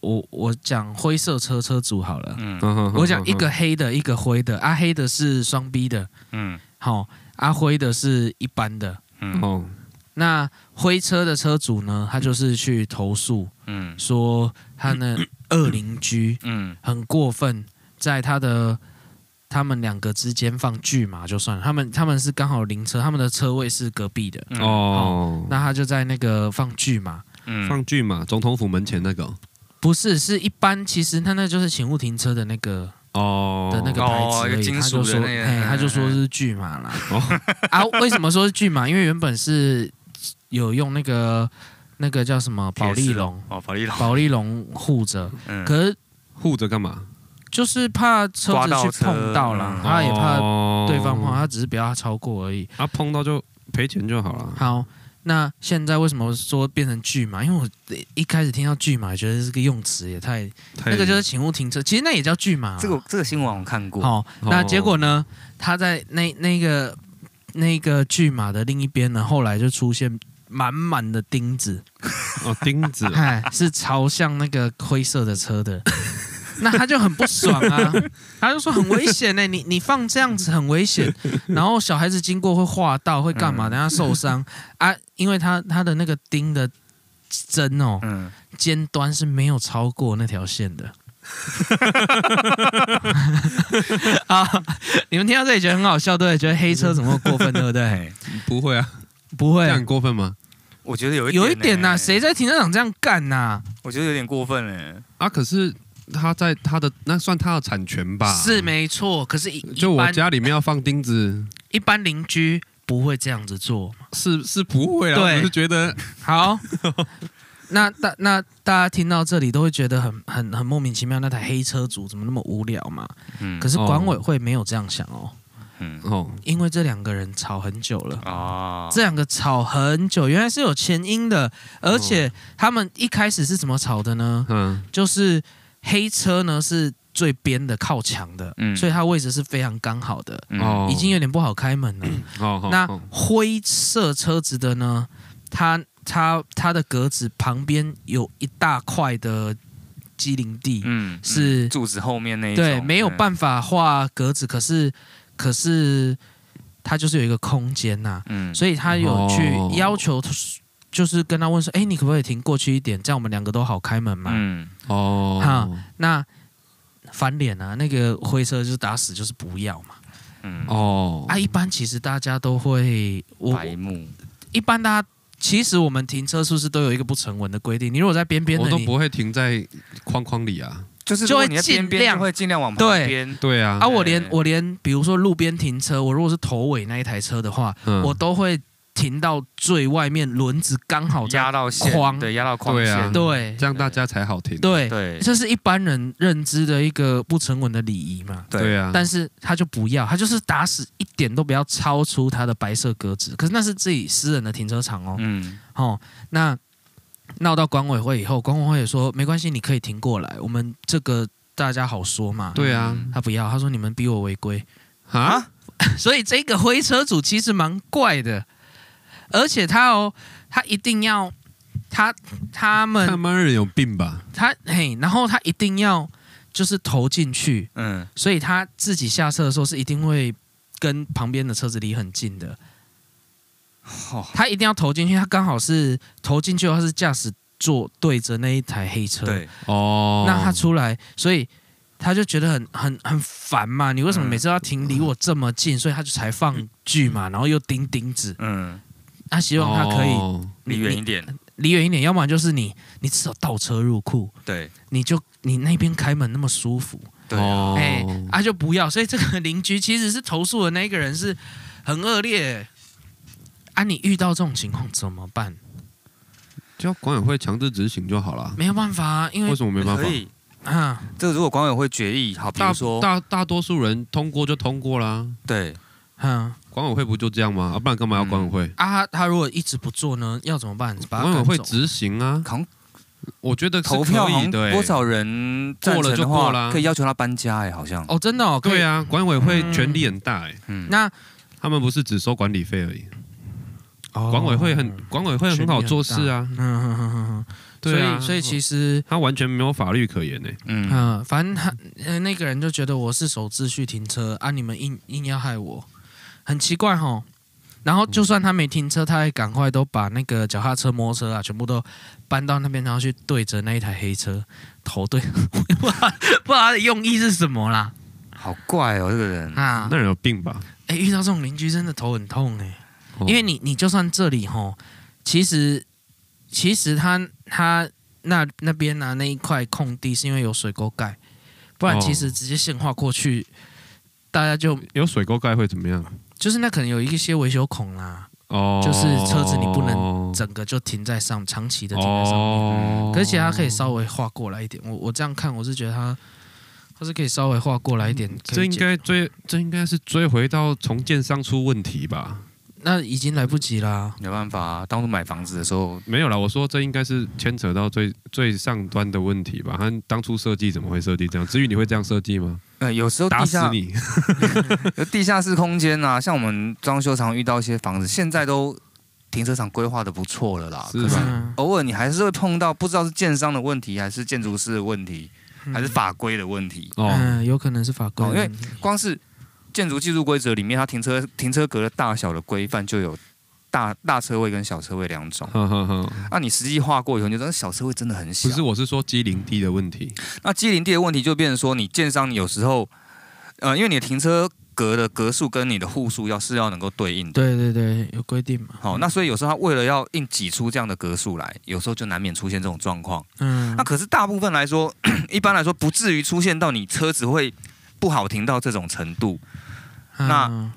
Speaker 1: 我我讲灰色车车主好了，
Speaker 2: 嗯
Speaker 3: 嗯哼
Speaker 1: 我讲一，
Speaker 3: 哼
Speaker 1: 个黑的，一个灰的，啊黑的是双 B 的，
Speaker 2: 嗯
Speaker 1: 好、啊灰的是一般的。
Speaker 3: 哼
Speaker 2: 嗯
Speaker 3: 哦，
Speaker 1: 那灰车的车主呢，他就是去投诉
Speaker 2: 嗯
Speaker 1: 说他那恶邻居
Speaker 2: 嗯
Speaker 1: 很过分，在他的他们两个之间放巨马就算了，他们他们是刚好邻车，他们的车位是隔壁的，
Speaker 2: 嗯
Speaker 3: 哦，
Speaker 1: 那他就在那个放巨马，
Speaker 2: 嗯
Speaker 3: 放剧嘛，总统府门前那个，
Speaker 1: 不是是一般，其实他那就是请勿停车的那个
Speaker 3: 哦，
Speaker 1: 的那个牌子
Speaker 2: 哦一
Speaker 1: 而
Speaker 2: 个
Speaker 1: 已，
Speaker 2: 金
Speaker 1: 他
Speaker 2: 属
Speaker 1: 就
Speaker 2: 的
Speaker 1: 说，
Speaker 2: 那个嗯
Speaker 1: 哎，他就说是巨马啦。
Speaker 3: 哦
Speaker 1: 啊，为什么说是巨马？因为原本是有用那个那个叫什么保利龙，
Speaker 2: 哦，保利龙，
Speaker 1: 保利龙护着，
Speaker 2: 嗯
Speaker 1: 可是
Speaker 3: 护着干嘛？
Speaker 1: 就是怕车
Speaker 2: 刮
Speaker 1: 子
Speaker 2: 到
Speaker 1: 去
Speaker 2: 车
Speaker 1: 碰到啦
Speaker 2: 嗯，
Speaker 1: 他也怕
Speaker 3: 哦
Speaker 1: 对方碰，他只是不要他超过而已。
Speaker 3: 啊碰到就赔钱就好了。
Speaker 1: 好，那现在为什么说变成巨马？因为我一开始听到巨马，觉得这个用词也太
Speaker 3: 太
Speaker 1: 那个就是请勿停车，其实那也叫巨马啊。
Speaker 2: 这个这个新闻我看过，
Speaker 1: 好，那
Speaker 3: 哦
Speaker 1: 结果呢？他在那那个那个巨马的另一边呢，后来就出现满满的钉子，，
Speaker 3: 哦钉子
Speaker 1: 哎，是朝向那个灰色的车的。 那他就很不爽啊，他就说很危险呢、你你放这样子很危险，然后小孩子经过会划到，会干嘛？
Speaker 2: 嗯
Speaker 1: 等下受伤啊，因为他他的那个钉的针哦，
Speaker 2: 嗯，
Speaker 1: 尖端是没有超过那条线的。 啊！你们听到这里觉得很好笑，对不对？觉得黑车怎么会过分，对不 对？
Speaker 2: 哎，
Speaker 3: 不会啊，
Speaker 1: 不
Speaker 3: 这样欸很
Speaker 1: 会，
Speaker 3: 过分吗？
Speaker 2: 我觉得有
Speaker 1: 有一点呐、
Speaker 2: 呢
Speaker 1: 谁在停车场这样干啊呐、
Speaker 2: 我觉得有点过分了，
Speaker 3: 啊，可是他在他的那算他的产权吧？
Speaker 1: 是没错，可是一一
Speaker 3: 啊就我
Speaker 1: 般
Speaker 3: 家里面要放钉子，
Speaker 1: 一般邻居不会这样子做。
Speaker 3: 是是不会啊，
Speaker 1: 对
Speaker 3: 我就觉得
Speaker 1: 好，那大那大家听到这里都会觉得很很很莫名其妙，那台黑车主怎么那么无聊嘛？
Speaker 2: 嗯，
Speaker 1: 可是管委会没有这样想哦，
Speaker 2: 嗯
Speaker 3: 哦，
Speaker 1: 因为这两个人吵很久了。
Speaker 2: 啊，
Speaker 1: 这两个吵很久，原来是有前因的，而
Speaker 2: 嗯
Speaker 1: 且他们一开始是怎么吵的呢？
Speaker 3: 嗯，
Speaker 1: 就是黑车呢是最边的靠墙的，
Speaker 2: 嗯
Speaker 1: 所以它位置是非常刚好的，
Speaker 2: 嗯
Speaker 3: 哦，
Speaker 1: 已经有点不好开门了。
Speaker 3: 哦，哦
Speaker 1: 那
Speaker 3: 哦
Speaker 1: 灰色车子的呢，它它它的格子旁边有一大块的机灵地，
Speaker 2: 嗯
Speaker 1: 是
Speaker 2: 嗯柱子后面那一
Speaker 1: 对，
Speaker 2: 种
Speaker 1: 没有
Speaker 2: 嗯
Speaker 1: 办法画格子，可是可是它就是有一个空间呐、
Speaker 2: 嗯，
Speaker 1: 所以他有
Speaker 3: 哦
Speaker 1: 去要求，就是跟他问说：“哎，你可不可以停过去一点，这样我们两个都好开门嘛？”
Speaker 2: 嗯
Speaker 3: 哦，
Speaker 1: 哈那翻脸啊，那个灰车就是打死就是不要嘛。
Speaker 2: 嗯
Speaker 3: 哦，
Speaker 1: 啊，一般其实大家都会，我
Speaker 2: 白目，
Speaker 1: 一般大家其实我们停车是不是都有一个不成文的规定？你如果在边边
Speaker 3: 我
Speaker 1: 的
Speaker 3: 都
Speaker 1: 你，
Speaker 3: 不会停在框框里啊。
Speaker 2: 就是
Speaker 1: 就
Speaker 2: 如果
Speaker 1: 会
Speaker 2: 你在
Speaker 1: 尽
Speaker 2: 边边
Speaker 1: 量
Speaker 2: 就会尽量往旁
Speaker 1: 对
Speaker 2: 边，
Speaker 3: 对啊，
Speaker 1: 啊，我连
Speaker 2: 对
Speaker 1: 我连比如说路边停车，我如果是头尾那一台车的话，
Speaker 3: 嗯
Speaker 1: 我都会停到最外面，轮子刚好
Speaker 2: 压
Speaker 1: 哦在
Speaker 2: 到线，
Speaker 1: 框
Speaker 2: 对，压到框
Speaker 3: 对啊
Speaker 2: 线，
Speaker 1: 对
Speaker 3: 这样大家才好停。
Speaker 1: 对。
Speaker 2: 对
Speaker 1: 这是一啊般人认知的一个不成文的礼仪嘛。
Speaker 3: 对
Speaker 2: 嗯
Speaker 3: 啊，
Speaker 1: 但是他就不要，他就是打死一点都不要超出他的白色格子。可是那是自己私人的停车场哦，
Speaker 2: 嗯
Speaker 1: 哦，那闹到管委会以后，管委会也说没关系，你可以停过来，我们这个大家好说嘛。
Speaker 3: 对啊，
Speaker 1: 他不要，他说你们逼我违规，
Speaker 3: 啊，
Speaker 1: 所以这个灰车主其实蛮怪的，而且他哦，他一定要他他
Speaker 3: 他
Speaker 2: 嗯
Speaker 1: 们
Speaker 3: 妈人有病吧？
Speaker 1: 他嘿，然后他一定要就是投进去，
Speaker 2: 嗯，
Speaker 1: 所以他自己下车的时候是一定会跟旁边的车子离很近的，
Speaker 2: 哦，
Speaker 1: 他一定要投进去，他刚好是投进去的话是驾驶座对着那一台黑车，
Speaker 2: 对，
Speaker 3: 哦，
Speaker 1: 那他出来，所以他就觉得很很很烦嘛。你为什么
Speaker 2: 嗯
Speaker 1: 每次都要停离我这么近？所以他就才放句嘛，然后又钉钉子。
Speaker 2: 嗯，
Speaker 1: 他希望他可以
Speaker 3: 哦
Speaker 1: 你
Speaker 2: 离远一
Speaker 1: 你
Speaker 2: 点，
Speaker 1: 离远一点，要不然就是你你至少倒车入库，
Speaker 2: 对，
Speaker 1: 你就你那边开门那么舒服，
Speaker 2: 对啊，
Speaker 3: 哦
Speaker 1: 哎、啊就不要。所以这个邻居其实是投诉的那个人是很恶劣。啊，你遇到这种情况怎么办？
Speaker 3: 叫管委会强制执行就好了。
Speaker 1: 没有办法啊，因
Speaker 3: 为
Speaker 1: 为
Speaker 3: 什么没办法
Speaker 2: 可？以。
Speaker 1: 啊，
Speaker 2: 这个如果管委会决议，好，比
Speaker 3: 大
Speaker 2: 如说，
Speaker 3: 大大多数人通过就通过啦，
Speaker 2: 对，
Speaker 1: 嗯
Speaker 3: 管委会不就这样吗？啊，不然干嘛要管委会？
Speaker 1: 啊，他如果一直不做呢，要怎么办？把他
Speaker 3: 管委
Speaker 1: 赶
Speaker 3: 会
Speaker 1: 走
Speaker 3: 执行啊，
Speaker 2: 好像
Speaker 3: 我觉得是
Speaker 2: 投票好
Speaker 3: 可以
Speaker 2: 像
Speaker 3: 的、欸。
Speaker 2: 多少人赞
Speaker 3: 过了啊
Speaker 2: 成
Speaker 3: 就
Speaker 2: 的
Speaker 3: 过
Speaker 2: 话，
Speaker 3: 啦
Speaker 2: 可以要求他搬家，哎，好像，
Speaker 1: 哦，真的哦，可以
Speaker 3: 对啊，管委会
Speaker 1: 嗯
Speaker 3: 权力很大哎、
Speaker 2: 嗯，
Speaker 1: 那
Speaker 3: 他们不是只收管理费而已，
Speaker 1: 哦
Speaker 3: 管委会很管委会很好做事啊，
Speaker 1: 嗯嗯 嗯嗯，
Speaker 3: 对啊，
Speaker 1: 所以所以其实。
Speaker 3: 他完全没有法律可言欸呢、
Speaker 2: 嗯，
Speaker 1: 嗯，反正他呃那个人就觉得我是守秩序停车啊，你们硬硬要害我，很奇怪哈。然后就算他没停车，他也赶快都把那个脚踏车、摩托车啊，全部都搬到那边，然后去对着那一台黑车头对， 不知道不知道他的用意是什么啦
Speaker 2: 好怪哦，这个人，
Speaker 1: 啊
Speaker 3: 那！人有病吧？
Speaker 1: 哎，遇到这种邻居真的头很痛哎、
Speaker 3: 哦
Speaker 1: 因为你你就算这里吼，其实其实他他那那边啊、那一块空地是因为有水沟盖，不然
Speaker 3: 哦
Speaker 1: 其实直接线画过去，大家就
Speaker 3: 有水沟盖会怎么样？
Speaker 1: 就是那可能有一些维修孔啦，
Speaker 3: 哦，
Speaker 1: 就是车子你不能整个就停在上，长期的停在上面。
Speaker 3: 哦，
Speaker 1: 可是其实它可以稍微画过来一点，我我这样看我是觉得它它是可以稍微画过来一点，可
Speaker 3: 这
Speaker 1: 以
Speaker 3: 嗯应
Speaker 1: 解
Speaker 3: 该追，这应该是追回到重建商出问题吧？
Speaker 1: 那已经来不及啦。
Speaker 2: 没办法啊，当初买房子的时候，
Speaker 3: 没有啦，我说这应该是牵扯到最最上端的问题吧？他当初设计怎么会设计这样？至于你会这样设计吗？
Speaker 2: 呃，有时候
Speaker 3: 打
Speaker 2: 地
Speaker 3: 死
Speaker 2: 下
Speaker 3: 你！
Speaker 2: 有地下室空间啊，像我们装修常遇到一些房子，现在都停车场规划的不错了啦，
Speaker 3: 是嗯
Speaker 2: 可
Speaker 3: 吧
Speaker 1: 嗯，
Speaker 2: 偶尔你还是会碰到，不知道是建商的问题，还是建筑师的问题，还是法规的问题。
Speaker 3: 哦，
Speaker 1: 嗯，有可能是法规
Speaker 2: 哦
Speaker 1: 的
Speaker 2: 因为
Speaker 1: 问题，
Speaker 2: 光是建筑技术规则里面，它停车停车格的大小的规范就有大大车位跟小车位两种。
Speaker 3: 呵呵呵，
Speaker 2: 那你实际画过以后，你就知道小车位真的很小
Speaker 3: 不。是，我是说机灵地的问题。
Speaker 2: 那机林地的问题就变成说，你建商有时候，呃，因为你的停车格的格数跟你的户数要是要能够对应的。
Speaker 1: 对对对，有规定嘛。
Speaker 2: 好、那所以有时候他为了要硬挤出这样的格数来，有时候就难免出现这种状况。
Speaker 1: 嗯，
Speaker 3: 啊
Speaker 2: 那可是大部分来说， 一般来说不至于出现到你车子会不好停到这种程度。那
Speaker 1: 嗯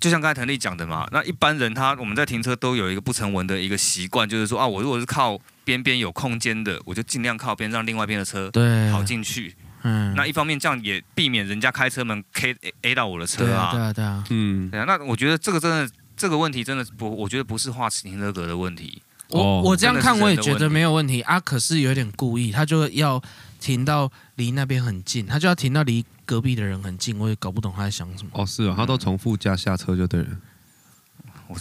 Speaker 2: 就像刚才腾力讲的嘛，那一般人他我们在停车都有一个不成文的一个习惯，就是说啊，我如果是靠边边有空间的，我就尽量靠边让另外一边的车
Speaker 1: 对啊
Speaker 2: 跑进去。
Speaker 1: 嗯，
Speaker 2: 那一方面这样也避免人家开车门 K A- A 到我的车
Speaker 1: 对啊，对
Speaker 2: 啊。
Speaker 1: 啊，对啊。
Speaker 3: 嗯，
Speaker 2: 对啊，那我觉得这个真的这个问题真的不，我觉得不是画停车格的问题。
Speaker 1: 我、
Speaker 3: 哦
Speaker 1: 我这样看我也
Speaker 2: 真
Speaker 1: 觉
Speaker 2: 的是人的
Speaker 1: 得
Speaker 2: 问题
Speaker 1: 没有问题啊，可是有点故意，他就要停到离那边很近，他就要停到离隔壁的人很近，我也搞不懂他在想什么。
Speaker 3: 哦，是哦，他都从副驾下车就对了，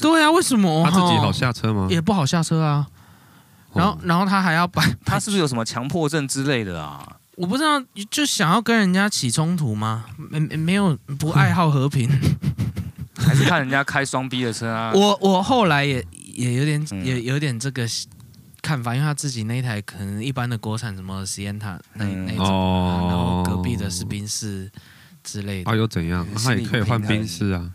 Speaker 1: 对啊，为什么
Speaker 3: 他自己好
Speaker 1: 哦
Speaker 3: 下车吗？
Speaker 1: 也不好下车啊？然后
Speaker 3: 哦
Speaker 1: 然后他还要把
Speaker 2: 他是不是有什么强迫症之类的 啊？
Speaker 1: 我不知道，就想要跟人家起冲突吗？没没没有不爱好和平。
Speaker 2: 嗯还是看人家开双 B 的车啊？
Speaker 1: 我我后来也也有点
Speaker 2: 嗯
Speaker 1: 也有点这个看法，因为他自己那一台可能一般的国产什么实验塔那
Speaker 2: 嗯
Speaker 1: 那一种啊，
Speaker 3: 哦，
Speaker 1: 然后隔壁的是宾士之类的
Speaker 3: 啊，，又怎样？啊他也可以换冰室啊。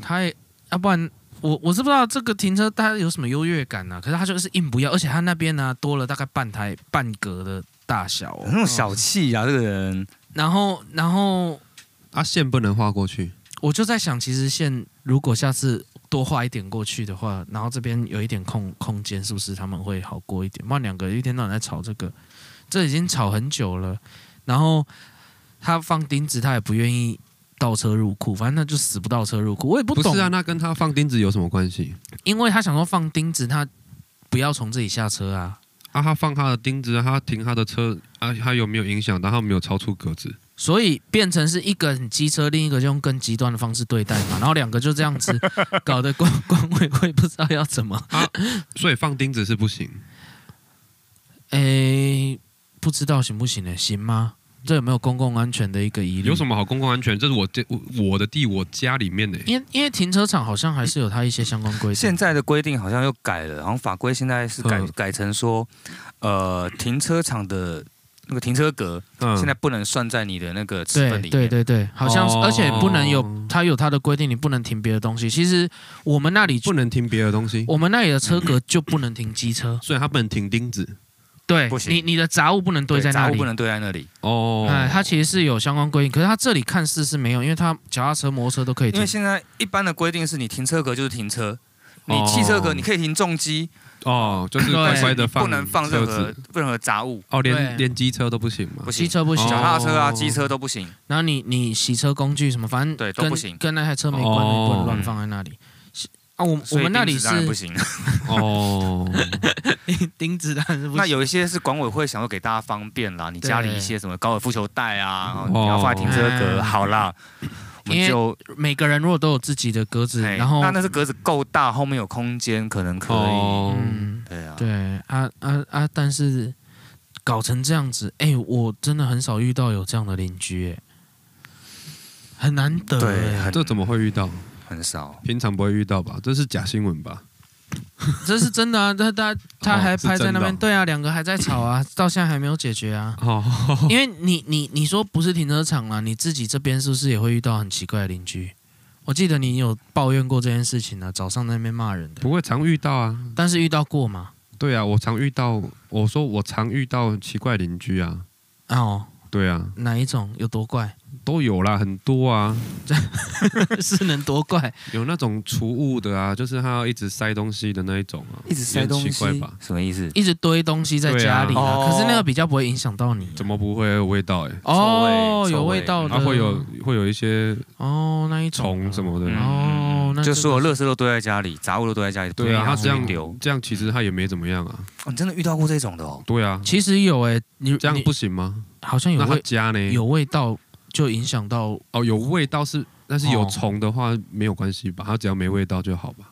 Speaker 1: 他也要不然我我是不知道这个停车它有什么优越感啊，可是他就是硬不要，而且他那边呢、多了大概半台半格的大小、
Speaker 2: 那种
Speaker 1: 哦，
Speaker 2: 小气啊，这个人。
Speaker 1: 然后然后
Speaker 3: 啊，线不能画过去，
Speaker 1: 我就在想，其实线如果下次多画一点过去的话，然后这边有一点空空间，是不是他们会好过一点？不然两个一天到晚在吵这个，这已经吵很久了。然后他放钉子，他也不愿意倒车入库，反正他就死不倒车入库。我也不
Speaker 3: 不
Speaker 1: 懂，
Speaker 3: 是啊？那跟他放钉子有什么关系？
Speaker 1: 因为他想说放钉子，他不要从这里下车啊。
Speaker 3: 啊，他放他的钉子，啊他停他的车啊，他有没有影响？但他没有超出格子，
Speaker 1: 所以变成是一个很机车，另一个就用更极端的方式对待嘛，然后两个就这样子搞得 管管委会不知道要怎么，
Speaker 3: 所以放钉子是不行。
Speaker 1: 诶、哎不知道行不行呢、行吗？这有没有公共安全的一个疑虑？
Speaker 3: 有什么好公共安全？这是我这我我的地，我家里面的、
Speaker 1: 因为因为停车场好像还是有它一些相关规
Speaker 2: 现
Speaker 1: 定，
Speaker 2: 在的规定好像又改了，好像法规现在是改、
Speaker 1: 嗯
Speaker 2: 改成说，呃，停车场的那个停车格、
Speaker 3: 嗯，
Speaker 2: 现在不能算在你的那个尺
Speaker 1: 对
Speaker 2: 寸里面。
Speaker 1: 对对对，好像是，
Speaker 3: 哦
Speaker 1: 而且不能有它有它的规定，你不能停别的东西。其实我们那里
Speaker 3: 不能停别的东西，
Speaker 1: 我们那里的车格就不能停机车，
Speaker 3: 所以他不能停钉子。
Speaker 1: 对
Speaker 2: 嗯不行
Speaker 1: 你你的杂物不能堆
Speaker 2: 对
Speaker 1: 在那
Speaker 2: 杂物
Speaker 1: 里
Speaker 2: 不。能堆在那里，
Speaker 3: 哦，
Speaker 1: 哎，它其实是有相关规定，可是它这里看似是没有，因为它脚踏车、摩托车都可以
Speaker 2: 因
Speaker 1: 停
Speaker 2: 为。现在一般的规定是你停车格就是停车，你
Speaker 3: 哦
Speaker 2: 汽车格你可以停重机，
Speaker 3: 哦，就是
Speaker 1: 对
Speaker 3: 乖乖
Speaker 2: 你
Speaker 3: 的放，
Speaker 2: 不能放
Speaker 3: 车
Speaker 2: 任何
Speaker 3: 子，
Speaker 2: 任何杂物，
Speaker 3: 哦，
Speaker 1: 对
Speaker 3: 连连机车都不行嘛
Speaker 2: 不。
Speaker 1: 机
Speaker 2: 行。
Speaker 1: 车不行，
Speaker 2: 脚
Speaker 3: 哦
Speaker 2: 踏车啊，
Speaker 3: 哦
Speaker 2: 机车都不行。
Speaker 1: 然后你你洗车工具什么，反正
Speaker 2: 对都
Speaker 1: 跟
Speaker 2: 不行哦
Speaker 1: 跟那台车没关，
Speaker 3: 哦
Speaker 1: 你不能乱放在那里。是啊，我我
Speaker 2: 所以
Speaker 1: 们那里
Speaker 2: 钉子
Speaker 1: 是
Speaker 2: 当然不行。
Speaker 3: 哦，
Speaker 1: 钉子弹是不
Speaker 2: 那
Speaker 1: 行。
Speaker 2: 有一些是管委会想要给大家方便啦，你家里一些什么高尔夫球带啊，
Speaker 3: 哦
Speaker 2: 你要放在停车格，
Speaker 1: 嗯
Speaker 2: 好啦，我
Speaker 1: 因
Speaker 2: 们
Speaker 1: 为
Speaker 2: 就
Speaker 1: 每个人如果都有自己的格子，
Speaker 2: 嘿
Speaker 1: 然后
Speaker 2: 那那是格子够大，后面有空间，可能可以。
Speaker 3: 哦，
Speaker 1: 嗯，
Speaker 2: 对啊，
Speaker 1: 对啊啊啊，但是搞成这样子，哎、我真的很少遇到有这样的邻居、哎，很难得、
Speaker 2: 对，
Speaker 1: 哎
Speaker 2: 很
Speaker 3: 这怎么会遇到？
Speaker 2: 很少。
Speaker 3: 平常不会遇到吧？这是假新闻吧？
Speaker 1: 这是真的啊！他他他
Speaker 3: 哦
Speaker 1: 还
Speaker 3: 是
Speaker 1: 拍在
Speaker 3: 真
Speaker 1: 那
Speaker 3: 的
Speaker 1: 边，
Speaker 3: 哦
Speaker 1: 对啊，两个还在吵啊，到现在还没有解决啊。
Speaker 3: 哦，
Speaker 1: 因为你你你说不是停车场啦，你自己这边是不是也会遇到很奇怪的邻居？我记得你有抱怨过这件事情啊，早上在那边骂人的，
Speaker 3: 不会常遇到啊。
Speaker 1: 但是遇到过吗？
Speaker 3: 对啊，我常遇到，我说我常遇到奇怪邻居啊。
Speaker 1: 哦，
Speaker 3: 对啊，
Speaker 1: 哪一种有多怪？
Speaker 3: 都有啦，很多啊，
Speaker 1: 是能多怪？
Speaker 3: 有那种储物的啊，就是他要一直塞东西的那一种啊，
Speaker 2: 一直塞
Speaker 3: 也很
Speaker 2: 东西
Speaker 3: 奇怪吧？
Speaker 2: 什么意思？
Speaker 1: 一直堆东西在家里、
Speaker 3: 对
Speaker 2: 啊哦
Speaker 1: 可是那个比较不会影响到你。
Speaker 3: 怎么不会有味道、欸？哎，
Speaker 1: 哦，
Speaker 2: 臭味
Speaker 1: 有味
Speaker 2: 臭
Speaker 1: 道
Speaker 2: 味
Speaker 1: 的，
Speaker 3: 它会有会有一些
Speaker 1: 哦那一种
Speaker 3: 虫什么的。
Speaker 2: 嗯
Speaker 1: 哦，那
Speaker 2: 就
Speaker 1: 真的
Speaker 2: 所有垃圾都堆在家里，杂物都堆在家里，
Speaker 3: 对啊，
Speaker 2: 不
Speaker 3: 他
Speaker 2: 要
Speaker 3: 这
Speaker 2: 出
Speaker 3: 样
Speaker 2: 去丢。
Speaker 3: 这样其实他也没怎么样啊。
Speaker 2: 哦你真的遇到过这种的哦？
Speaker 3: 对啊，
Speaker 1: 其实有哎、你
Speaker 3: 这样
Speaker 1: 你
Speaker 3: 不行吗？
Speaker 1: 好像有
Speaker 3: 那他
Speaker 1: 味
Speaker 3: 家呢？
Speaker 1: 有味道就影响到
Speaker 3: 哦，有味道是，但是有
Speaker 1: 哦
Speaker 3: 虫的话没有关系吧？它只要没味道就好吧？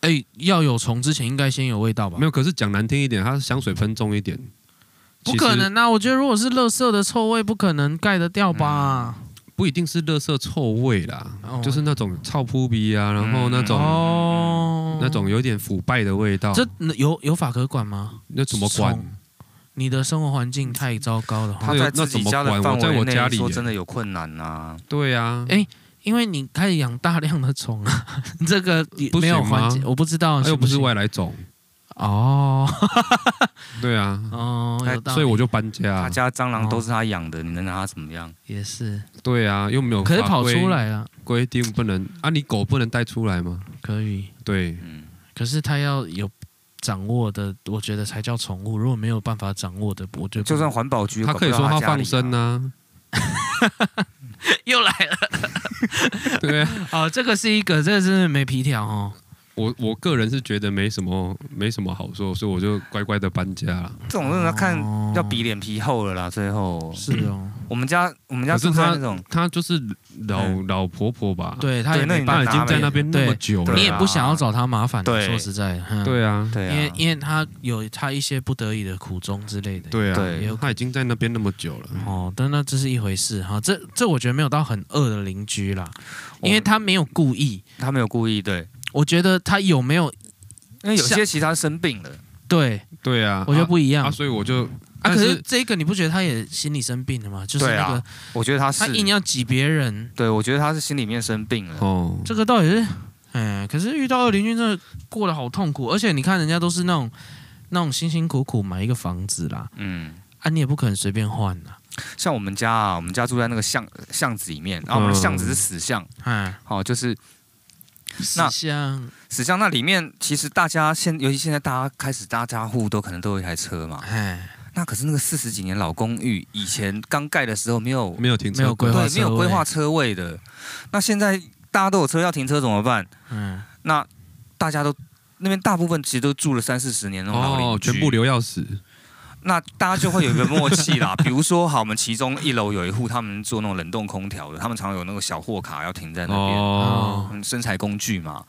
Speaker 1: 哎、要有虫之前应该先有味道吧
Speaker 3: 没？有，可是讲难听一点，它香水喷重一点，
Speaker 1: 不
Speaker 3: 其实
Speaker 1: 可能啊！我觉得如果是垃圾的臭味，不可能盖得掉吧？
Speaker 3: 不一定是垃圾臭味啦，
Speaker 1: 哦
Speaker 3: 嗯就是那种臭扑鼻啊，然后那种、
Speaker 1: 哦，
Speaker 3: 那种有点腐败的味道，
Speaker 1: 这有有法可管吗？
Speaker 3: 那怎么管？
Speaker 1: 虫你的生活环境太糟糕的话
Speaker 2: 他，在
Speaker 3: 哎
Speaker 2: 自
Speaker 3: 那
Speaker 2: 己
Speaker 3: 怎么
Speaker 2: 家的
Speaker 3: 管
Speaker 2: 范
Speaker 3: 我在
Speaker 2: 围
Speaker 3: 我
Speaker 2: 内
Speaker 3: 家，里
Speaker 2: 说
Speaker 3: 耶
Speaker 2: 真的有困难啊。
Speaker 3: 对啊，
Speaker 1: 哎因为你开始养大量的虫啊， 这个也
Speaker 3: 不
Speaker 1: 没
Speaker 3: 行吗
Speaker 1: 有环境，我啊不知道
Speaker 3: 它
Speaker 1: 行
Speaker 3: 又不是
Speaker 1: 行
Speaker 3: 外来种，
Speaker 1: 哦
Speaker 3: 对啊，
Speaker 1: 哦，有道理
Speaker 3: 所以我就搬家
Speaker 2: 他
Speaker 3: 啊，
Speaker 2: 家蟑螂都是他养的，你能拿他怎么样？嗯
Speaker 1: 也是，
Speaker 3: 对啊，又没有
Speaker 1: 可是
Speaker 3: 法
Speaker 1: 跑
Speaker 3: 规
Speaker 1: 出来了，
Speaker 3: 规定不能啊，你狗不能带出来吗？
Speaker 1: 可以，
Speaker 3: 对，
Speaker 2: 嗯，
Speaker 1: 可是它要有掌握的，我觉得才叫宠物。如果没有办法掌握的，我觉得不
Speaker 2: 就算环保局，
Speaker 3: 它可以说它放生
Speaker 2: 呢。
Speaker 3: 啊，
Speaker 1: 又来了。
Speaker 3: 对啊。
Speaker 1: 哦，这个是一个，这个是没皮条哦。
Speaker 3: 我我个人是觉得没什么没什么好说，所以我就乖乖的搬家了。
Speaker 2: 这种真的看
Speaker 3: 哦
Speaker 2: 要比脸皮厚了啦。最后，
Speaker 1: 哦是哦，
Speaker 2: 我们家我们家
Speaker 3: 可是
Speaker 2: 住在
Speaker 3: 她
Speaker 2: 那种，
Speaker 3: 她就是老、
Speaker 2: 嗯
Speaker 3: 老婆婆吧？，
Speaker 1: 对他也
Speaker 2: 对那
Speaker 1: 没
Speaker 2: 你
Speaker 1: 办
Speaker 3: 她已
Speaker 1: 法，
Speaker 3: 经在那边那么久了。
Speaker 2: 对
Speaker 1: 你
Speaker 2: 对
Speaker 1: 也
Speaker 2: 啊
Speaker 1: 不想要找他麻烦。
Speaker 2: 对
Speaker 1: 说实在，嗯，
Speaker 3: 对啊，
Speaker 2: 对
Speaker 1: 因
Speaker 2: 啊，
Speaker 1: 为因为他有他一些不得已的苦衷之类的。
Speaker 3: 对啊，
Speaker 2: 对
Speaker 1: 也有可能
Speaker 3: 她已经在那边那么久了。
Speaker 1: 哦，但那这是一回事哈，这这我觉得没有到很恶的邻居啦，因为
Speaker 2: 我
Speaker 1: 他没有故意。
Speaker 2: 他没有故意，对，
Speaker 1: 我觉得他有没有
Speaker 2: 因为有
Speaker 1: 像
Speaker 2: 些其他生病了，
Speaker 1: 对，
Speaker 3: 对啊，
Speaker 1: 我觉得不一
Speaker 3: 啊
Speaker 1: 样
Speaker 3: 啊，所以我就
Speaker 1: 啊，
Speaker 3: 但
Speaker 1: 可是
Speaker 3: 是
Speaker 1: 这个你不觉得他也心理生病了吗？就是
Speaker 2: 对
Speaker 1: 那个、
Speaker 2: 啊，我觉得他是
Speaker 1: 他，硬要挤别人，
Speaker 2: 对我觉得他是心里面生病了，
Speaker 3: 哦，
Speaker 1: 这个到底是，哎，可是遇到二邻居真的过得好痛苦，而且你看人家都是那种那种辛辛苦苦买一个房子啦，
Speaker 2: 嗯，
Speaker 1: 啊，你也不可能随便换啦，
Speaker 2: 像我们家啊，我们家住在那个巷巷子里面，然后
Speaker 3: 嗯
Speaker 2: 我们的巷子是死巷，
Speaker 1: 哎，
Speaker 2: 哦，就是
Speaker 1: 是
Speaker 2: 那
Speaker 1: 像，
Speaker 2: 死巷那里面，其实大家现，尤其现在大家开始大家户都可能都有一台车嘛，
Speaker 1: 哎，
Speaker 2: 那可是那个四十几年老公寓，以前刚盖的时候没有
Speaker 3: 没有停车
Speaker 1: 没有规划
Speaker 2: 对，没有规划车位的。那现在大家都有车要停车怎么办？
Speaker 1: 嗯，
Speaker 2: 那大家都那边大部分其实都住了三四十年那种老邻
Speaker 3: 哦，
Speaker 2: 居
Speaker 3: 全部留钥匙，
Speaker 2: 那大家就会有一个默契啦。比如说，好，我们其中一楼有一户他们做那种冷冻空调的，他们常有那个小货卡要停在那边，
Speaker 3: 哦，
Speaker 2: 嗯，生产工具嘛。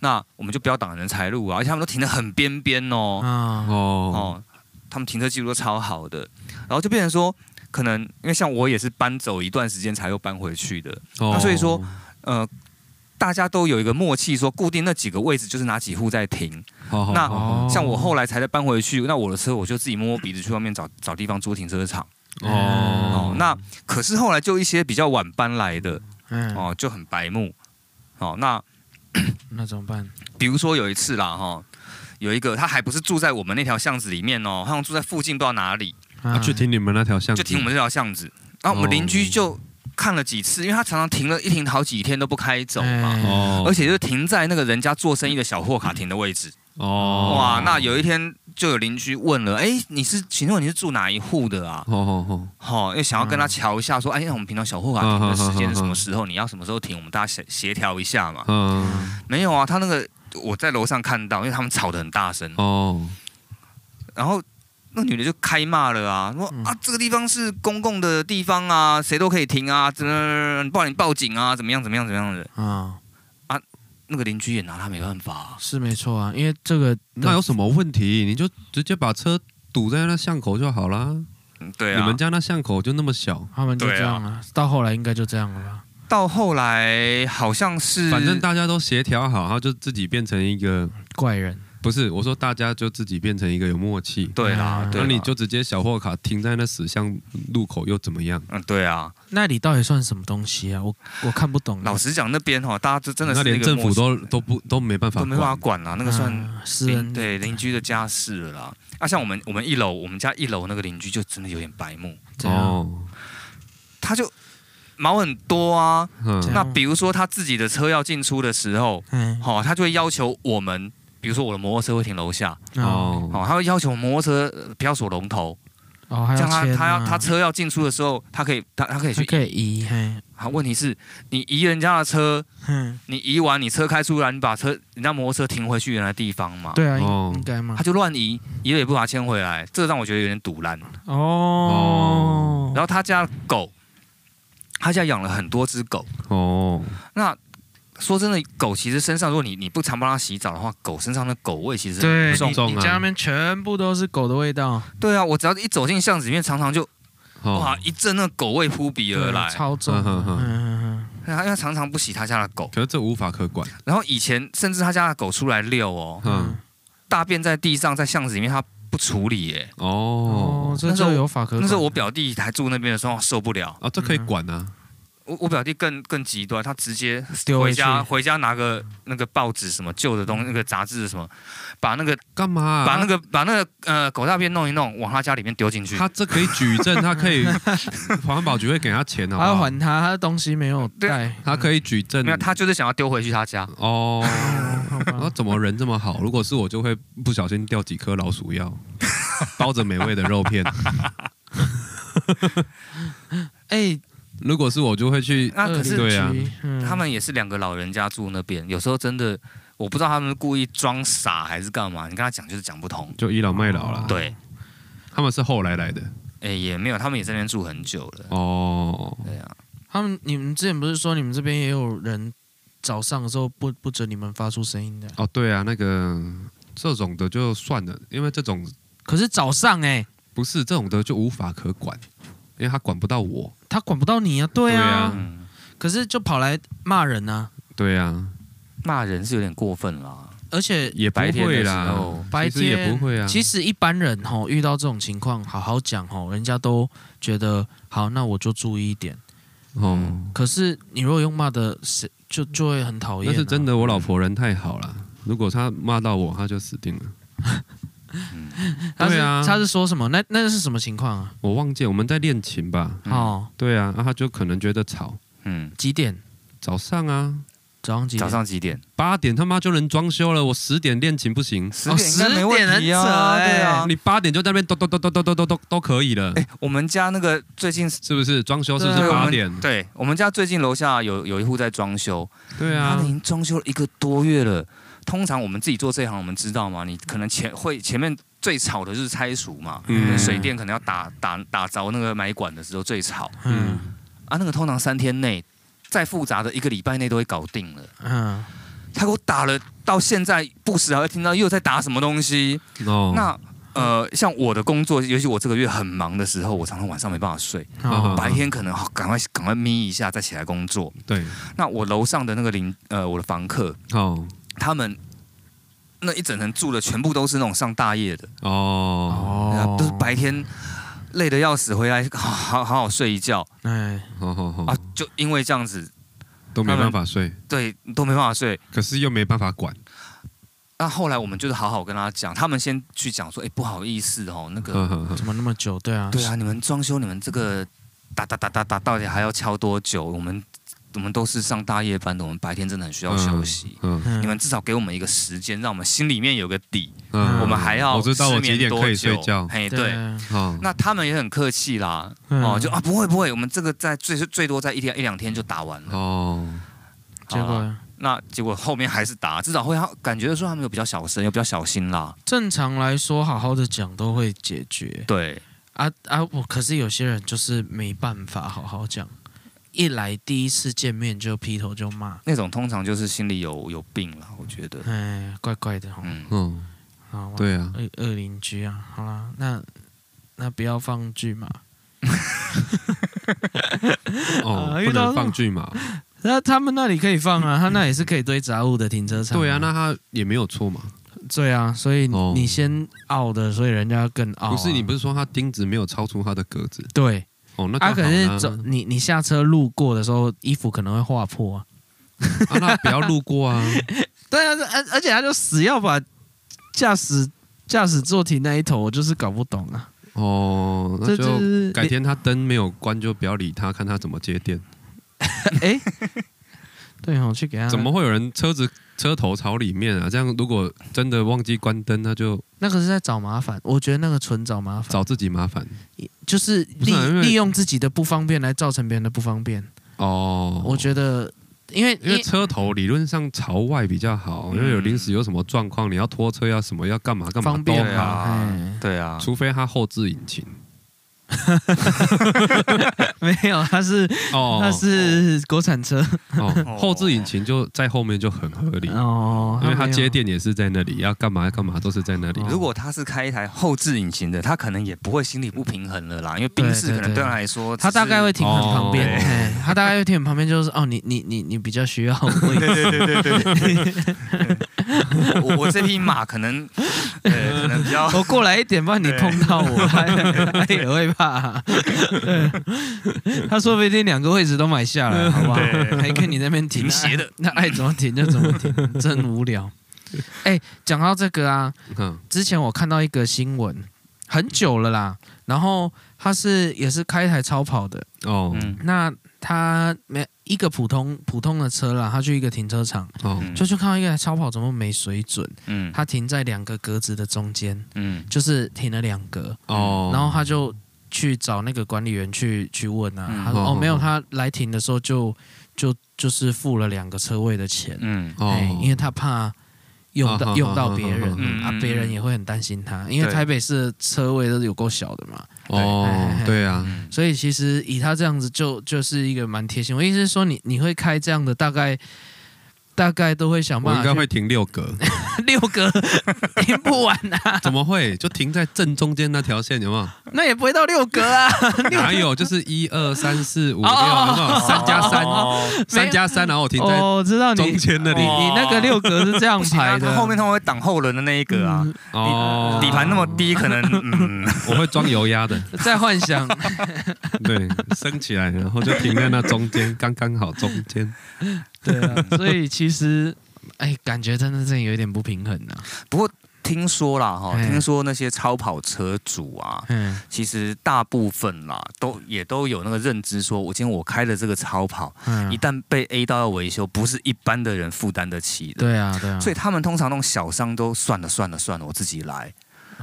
Speaker 2: 那我们就不要挡人财路啊，而且他们都停得很边边哦。
Speaker 1: 啊，
Speaker 3: 哦，
Speaker 2: 哦，他们停车记录都超好的，然后就变成说，可能因为像我也是搬走一段时间才又搬回去的，
Speaker 3: 哦
Speaker 2: 那所以说，呃，大家都有一个默契，说固定那几个位置就是哪几户在停。
Speaker 3: 好好
Speaker 2: 那
Speaker 3: 好
Speaker 2: 像我后来才再搬回去，那我的车我就自己摸摸鼻子去外面找找地方租停车场。哦
Speaker 3: 哦，，
Speaker 2: 那可是后来就一些比较晚搬来的
Speaker 1: 嗯，
Speaker 2: 哦，就很白目。哦，那
Speaker 1: 那怎么办？
Speaker 2: 比如说有一次啦，哈、有一个他还不是住在我们那条巷子里面哦，好像住在附近不知道哪里，
Speaker 1: 啊
Speaker 3: 啊去停你们那条巷子，
Speaker 2: 就停我们这条巷子。然后我们邻居就看了几次，因为他常常停了一停好几天都不开走嘛，
Speaker 3: 哦，
Speaker 2: 而且就停在那个人家做生意的小货卡停的位置。
Speaker 3: 哦，
Speaker 2: 哇，那有一天就有邻居问了，哎，你是请问你是住哪一户的啊？
Speaker 3: 好好好，
Speaker 2: 哦，又想要
Speaker 3: 嗯
Speaker 2: 跟他瞧一下，说，哎，那我们平常小货卡停的时间是什么时候？你要什么时候停？我们大家协协调一下嘛。
Speaker 3: 嗯，
Speaker 2: 没有啊，他那个我在楼上看到，因为他们吵得很大声，啊
Speaker 3: 哦，
Speaker 2: 然后那女的就开骂了啊，说
Speaker 1: 嗯
Speaker 2: 啊这个地方是公共的地方啊，谁都可以停啊，怎么你不然你报警啊，怎么样怎么样怎么样的。
Speaker 1: 啊，
Speaker 2: 那个邻居也拿他没办法啊、
Speaker 1: 是没错啊，因为这个
Speaker 3: 那有什么问题？你就直接把车堵在那巷口就好啦。
Speaker 2: 嗯对
Speaker 3: 你
Speaker 2: 啊
Speaker 3: 们。家那巷口就那么小，
Speaker 1: 他们就这样了，到后来应该就这样了吧？
Speaker 2: 到后来好像是，
Speaker 3: 反正大家都协调好，他就自己变成一个，
Speaker 1: 怪人，
Speaker 3: 不是我说大家就自己变成一个有默契。
Speaker 2: 对啦
Speaker 1: 嗯，
Speaker 2: 对啊啦
Speaker 3: 那你就直接小货卡停在那死巷路口又怎么样？
Speaker 2: 嗯对啊。
Speaker 1: 那你到底算什么东西啊？我我看不懂。
Speaker 2: 老实讲，那边哈，大家就真的是
Speaker 3: 嗯那连
Speaker 2: 个
Speaker 3: 政府
Speaker 2: 默契
Speaker 3: 都都不都没办法
Speaker 2: 都没办法
Speaker 3: 管。嗯
Speaker 2: 管啦，那个算
Speaker 1: 啊私
Speaker 2: 邻
Speaker 1: 人
Speaker 2: 对邻居的家事了啦。啊，像我们我们一楼，我们家一楼那个邻居就真的有点白目，
Speaker 1: 这样
Speaker 3: 哦，
Speaker 2: 他就毛很多啊。
Speaker 1: 这
Speaker 3: 嗯，
Speaker 1: 样
Speaker 2: 那比如说他自己的车要进出的时候，
Speaker 1: 嗯
Speaker 2: 好、他就会要求我们，比如说我的摩托车会停楼下，
Speaker 1: 哦
Speaker 3: 哦，
Speaker 2: 好、他会要求摩托车呃不要锁龙头，
Speaker 1: 哦，还
Speaker 2: 这
Speaker 1: 要
Speaker 2: 样他
Speaker 1: 签
Speaker 2: 他要
Speaker 1: 啊
Speaker 2: 他车要进出的时候，他可以他他可以
Speaker 1: 他
Speaker 2: 去移。
Speaker 1: 可以移哎嘿，
Speaker 2: 好，问题是你移人家的车，
Speaker 1: 嗯，
Speaker 2: 你移完你车开出来，你把车人家摩托车停回去原来的地方嘛。
Speaker 1: 对啊，
Speaker 3: 哦
Speaker 1: 应应该嘛
Speaker 2: 他，就乱移，移了也不把它牵回来，这让我觉得有点堵烂。
Speaker 1: 哦，
Speaker 2: 然后他家狗，他家养了很多只狗。
Speaker 3: 哦，
Speaker 2: 那说真的，狗其实身上，如果你你不常帮它洗澡的话，狗身上的狗味其实
Speaker 1: 对
Speaker 2: 很
Speaker 1: 你
Speaker 2: 重。
Speaker 3: 送
Speaker 1: 你
Speaker 3: 啊
Speaker 1: 家那边全部都是狗的味道，
Speaker 2: 对啊，我只要一走进巷子里面，常常就哇
Speaker 3: 哦，
Speaker 2: 一阵那狗味扑鼻而
Speaker 1: 对
Speaker 2: 来。
Speaker 1: 超重，
Speaker 3: 嗯
Speaker 1: 嗯
Speaker 3: 哼哼
Speaker 1: 嗯
Speaker 2: 因为他常常不洗他家的狗，
Speaker 3: 可是这无法可管。
Speaker 2: 然后以前甚至他家的狗出来遛哦，
Speaker 3: 嗯
Speaker 1: 嗯，
Speaker 2: 大便在地上，在巷子里面，他不处理耶。
Speaker 1: 哦
Speaker 3: 嗯哦，，
Speaker 1: 这
Speaker 2: 那时候
Speaker 1: 就有法可
Speaker 2: 那时候
Speaker 1: 管，
Speaker 2: 我表弟还住那边的时候我受不了，
Speaker 3: 啊，这可以管啊。
Speaker 2: 我我表弟更更极端，他直接
Speaker 1: 丢
Speaker 2: 回
Speaker 1: 回去
Speaker 2: 家回家拿个那个报纸什么旧的东西，那个杂志什么，把那个
Speaker 3: 干嘛啊、
Speaker 2: 把那个把那个呃狗大便弄一弄，往他家里面丢进去。
Speaker 3: 他这可以举证，他可以环保局会给他钱好不
Speaker 1: 还要
Speaker 3: 好？
Speaker 1: 还他，他的东西没有
Speaker 2: 对
Speaker 1: 带，
Speaker 3: 他可以举证
Speaker 2: 没有，他就是想要丢回去他家。
Speaker 3: 哦。
Speaker 1: 嗯好
Speaker 3: 那
Speaker 1: 吧，
Speaker 3: 怎么人这么好？如果是我，就会不小心掉几颗老鼠药，包着美味的肉片。
Speaker 1: 哎，
Speaker 3: 如果是我，就会去
Speaker 2: 那可是
Speaker 3: 对啊
Speaker 1: 嗯
Speaker 2: 他们也是两个老人家住那边，有时候真的我不知道他们故意装傻还是干嘛，你跟他讲就是讲不通。
Speaker 3: 就倚老卖老啦。
Speaker 2: 对，
Speaker 3: 他们是后来来的
Speaker 2: 哎、也没有，他们也在那边住很久了。
Speaker 3: 哦。
Speaker 2: 对啊，
Speaker 1: 他们，你们之前不是说你们这边也有人早上的时候不不准你们发出声音的？
Speaker 3: 哦，对啊，那个这种的就算了，因为这种
Speaker 1: 可是早上哎、
Speaker 3: 不是这种的就无法可管，因为他管不到我。
Speaker 1: 他管不到你啊，对啊，
Speaker 3: 对
Speaker 2: 嗯，
Speaker 1: 可是就跑来骂人啊，
Speaker 3: 对啊，
Speaker 2: 骂人是有点过分啦。
Speaker 1: 而且
Speaker 3: 也不
Speaker 2: 白天
Speaker 3: 会
Speaker 2: 的时
Speaker 3: 啦
Speaker 2: 候，
Speaker 1: 白
Speaker 3: 其实也
Speaker 1: 天
Speaker 3: 不会啊。
Speaker 1: 其实一般人吼、遇到这种情况，好好讲吼、人家都觉得好，那我就注意一点。
Speaker 3: 哦，
Speaker 1: 可是你如果用骂的，谁就就会很讨厌、
Speaker 3: 但
Speaker 1: 啊。
Speaker 3: 是真的，我老婆人太好了。如果她骂到我，她就死定了。
Speaker 1: 他是、
Speaker 3: 对啊
Speaker 1: 他是说什么？那那是什么情况啊？
Speaker 3: 我忘记我们在练琴吧？
Speaker 2: 嗯
Speaker 1: 哦，
Speaker 3: 对啊，那、她就可能觉得吵。
Speaker 2: 嗯，
Speaker 1: 几点？
Speaker 3: 早上啊，
Speaker 1: 早上几点？
Speaker 2: 早上几点？
Speaker 3: 八点他妈就能装修了，我十点练琴不行？
Speaker 2: 十点应该没问题啊，
Speaker 1: 10点很扯欸
Speaker 2: 对啊。
Speaker 3: 你八点就在那边咚咚咚咚咚咚咚咚都可以了，
Speaker 2: 哎、我们家那个最近
Speaker 3: 是不是？装修是不
Speaker 1: 对
Speaker 3: 是
Speaker 1: 我们
Speaker 3: 八点？
Speaker 2: 对我们家最近楼下有有一户在装修，
Speaker 3: 对
Speaker 2: 他
Speaker 3: 啊
Speaker 2: 们已，经装修了一个多月了。通常我们自己做这一行，我们知道嘛，你可能前会前面最吵的就是拆除嘛，
Speaker 3: 嗯
Speaker 2: 水电可能要打打打着那个买管的时候最吵
Speaker 1: 嗯
Speaker 2: 啊，那个通常三天内，再复杂的一个礼拜内都会搞定了。
Speaker 1: 嗯
Speaker 2: 他给我打了，到现在不时还会听到又在打什么东西。
Speaker 3: 哦，
Speaker 2: 那呃，像我的工作，尤其我这个月很忙的时候，我常常晚上没办法睡，
Speaker 1: 哦
Speaker 2: 白天可能好赶快赶快眯一下再起来工作。
Speaker 3: 对，
Speaker 2: 那我楼上的那个邻呃，我的房客，
Speaker 3: 哦
Speaker 2: 他们那一整层住的全部都是那种上大夜的，
Speaker 3: 哦
Speaker 1: 哦，
Speaker 2: 都是白天累得要死，回来 好好好好睡一觉
Speaker 1: 哎，
Speaker 3: 好好好
Speaker 2: 啊，就因为这样子，
Speaker 3: 都没办法睡，
Speaker 2: 对，都没办法睡。
Speaker 3: 可是又没办法管，
Speaker 2: 那后来我们就是好好跟他讲，他们先去讲说，哎、不好意思哦，那个
Speaker 3: 呵呵呵
Speaker 1: 怎么那么久？对啊，
Speaker 2: 对啊，你们装修，你们这个打打打打打，到底还要敲多久？我们我们都是上大夜班的，我们白天真的很需要休息。
Speaker 3: 嗯
Speaker 1: 嗯，
Speaker 2: 你们至少给我们一个时间，让我们心里面有个底。
Speaker 3: 嗯，
Speaker 2: 我们还要
Speaker 3: 我知道我
Speaker 2: 失
Speaker 3: 几
Speaker 2: 眠
Speaker 3: 点
Speaker 2: 多
Speaker 3: 可以
Speaker 2: 久
Speaker 3: 睡觉，
Speaker 2: 嘿，
Speaker 1: 对
Speaker 2: 对。
Speaker 1: 啊，
Speaker 3: 哦，
Speaker 2: 那他们也很客气啦，
Speaker 1: 嗯
Speaker 2: 哦，就啊不会不会，我们这个在最最多在一天一两天就打完
Speaker 1: 嗯
Speaker 2: 了。
Speaker 3: 哦，
Speaker 1: 结
Speaker 2: 好啦
Speaker 1: 果
Speaker 2: 那结果后面还是打，至少会感觉说他们有比较小声，有比较小心啦。
Speaker 1: 正常来说，好好的讲都会解决
Speaker 2: 对，
Speaker 1: 啊啊！我可是有些人就是没办法好好讲，一来第一次见面就劈头就骂，
Speaker 2: 那种通常就是心里有有病啦，我觉得。
Speaker 1: 哎，怪怪的哈。
Speaker 2: 嗯，
Speaker 3: 嗯，
Speaker 1: 好，
Speaker 3: 对啊，
Speaker 1: 恶恶邻居啊，好啦，那那不要放剧嘛。
Speaker 3: 哦，
Speaker 1: 啊遇
Speaker 3: 不
Speaker 1: 到
Speaker 3: 能
Speaker 1: 那
Speaker 3: 放
Speaker 1: 种
Speaker 3: 巨马，
Speaker 1: 那他们那里可以放啊，他那也是可以堆杂物的停车场、
Speaker 3: 对啊，那他也没有错嘛，
Speaker 1: 对啊，所以
Speaker 3: 哦
Speaker 1: 你先傲的，所以人家更
Speaker 2: 哦
Speaker 1: 傲啊、
Speaker 3: 不是你不是说他钉子没有超出他的格子，
Speaker 1: 对，
Speaker 3: 哦，那
Speaker 1: 啊，可
Speaker 3: 刚好
Speaker 1: 是
Speaker 3: 呢
Speaker 1: 走你你下车路过的时候，衣服可能会划破啊。
Speaker 3: 啊，那不要路过啊，
Speaker 1: 对啊，而而且他就死要把驾驶驾驶座停那一头，我就是搞不懂啊。
Speaker 3: 哦，那
Speaker 1: 这这
Speaker 3: 就是改天他灯没有关就不要理他，看他怎么接电。
Speaker 1: 哎， 对哦，去给他
Speaker 3: 怎么会有人车子车头朝里面啊？这样如果真的忘记关灯，那就
Speaker 1: 那个是在找麻烦，我觉得那个纯找麻烦，
Speaker 3: 找自己麻烦
Speaker 1: 就是利
Speaker 3: 不是啊因为
Speaker 1: 利用自己的不方便来造成别人的不方便。
Speaker 3: 哦。
Speaker 1: 我觉得，因为
Speaker 3: 因为车头理论上朝外比较好，
Speaker 2: 嗯
Speaker 3: 因为有临时有什么状况，你要拖车要什么要干嘛干嘛
Speaker 1: 方
Speaker 3: 都
Speaker 1: 便
Speaker 2: 对
Speaker 3: 好，
Speaker 2: 啊
Speaker 1: 哎
Speaker 2: 对啊，
Speaker 3: 除非他后置引擎
Speaker 1: 没有，他是
Speaker 3: 哦，
Speaker 1: 他是国产车
Speaker 3: 哦后置引擎就在后面就很合理，
Speaker 1: 哦，
Speaker 3: 因为他
Speaker 1: 没有
Speaker 3: 接电也是在那里，要干嘛要干嘛都是在那里。
Speaker 1: 哦
Speaker 2: 如果他是开一台后置引擎的，他可能也不会心理不平衡了啦，因为
Speaker 1: 对
Speaker 2: 宾士可能
Speaker 1: 对
Speaker 2: 对他来说只
Speaker 1: 他
Speaker 2: 是，
Speaker 1: 大概会停很旁边，
Speaker 3: 哦
Speaker 1: 哎他大概会停很旁边，就是哦，你你你你比较需要我一
Speaker 2: 对对对对对对，我我这匹马可能，呃，可能比较
Speaker 1: 我过来一点， 不然你碰到 我，他他也会怕。对，他说不定两个位置都买下来，好不好？
Speaker 2: 对
Speaker 1: 还跟你那边停
Speaker 2: 停斜的，
Speaker 1: 那爱怎么停就怎么停，真无 聊。哎，讲到这个啊，
Speaker 3: 嗯
Speaker 1: 之前我看到一个新闻，很久了啦，然后他是也是开一台超跑的，
Speaker 3: 哦
Speaker 2: 嗯
Speaker 1: 那他没一个普通普通的车啦，他去一个停车场。
Speaker 3: 哦
Speaker 2: 嗯
Speaker 1: 就去看到一个超跑怎么没水准，
Speaker 2: 嗯
Speaker 1: 他停在两个格子的中间，
Speaker 2: 嗯
Speaker 1: 就是停了两格，
Speaker 3: 哦，
Speaker 1: 然后他就去找那个管理员去去问啊，
Speaker 2: 嗯
Speaker 1: 他说
Speaker 3: 哦
Speaker 1: 哦没有，
Speaker 3: 哦
Speaker 1: 他来停的时候就就就是付了两个车位的钱，
Speaker 2: 嗯
Speaker 1: 哎
Speaker 3: 哦，
Speaker 1: 因为他怕。用
Speaker 3: 哦
Speaker 1: 到
Speaker 3: 哦
Speaker 1: 用到
Speaker 3: 哦
Speaker 1: 别
Speaker 3: 哦
Speaker 1: 人
Speaker 2: 嗯
Speaker 1: 啊，
Speaker 2: 嗯
Speaker 1: 别人也会很担心他，因为
Speaker 2: 对
Speaker 1: 台北市的车位都是有够小的嘛，
Speaker 3: 哦，对啊，
Speaker 2: 嗯
Speaker 1: 所以其实以他这样子就就是一个蛮贴心。我意思是说你，你会开这样的，大概大概都会想
Speaker 3: 我
Speaker 1: 办
Speaker 3: 应
Speaker 1: 法
Speaker 3: 该
Speaker 1: 去
Speaker 3: 会停六格，
Speaker 1: 六个停不完啊，
Speaker 3: 怎么会？就停在正中间那条线，有没有？
Speaker 1: 那也不会到六个啊。
Speaker 3: 哪有？就是一二三四五
Speaker 1: 哦
Speaker 3: 六，有没有？三加三，
Speaker 2: 哦
Speaker 3: 三加三，然后我停在
Speaker 1: 哦，我知道你
Speaker 3: 中间那里
Speaker 1: 你你那个六格是这样
Speaker 2: 不行啊，
Speaker 1: 排的，
Speaker 2: 他后面他会挡后轮的那一个啊，
Speaker 3: 哦，
Speaker 2: 底盘那么低，可能嗯，
Speaker 3: 我会装油压的，
Speaker 1: 在幻想
Speaker 3: 对，升起来，然后就停在那中间，刚刚好中间。
Speaker 1: 对啊，所以其实哎，感觉真的是有一点不平衡啊。
Speaker 2: 听说啦哈，
Speaker 1: 嗯
Speaker 2: 听说那些超跑车主啊，
Speaker 1: 嗯
Speaker 2: 其实大部分啦，都也都有那个认知说，我今天我开的这个超跑，一
Speaker 1: 嗯，
Speaker 2: 旦被 A 到要维修，不是一般的人负担得起的。
Speaker 1: 对啊对啊，
Speaker 2: 所以他们通常那种小伤都算了算了算了，我自己来。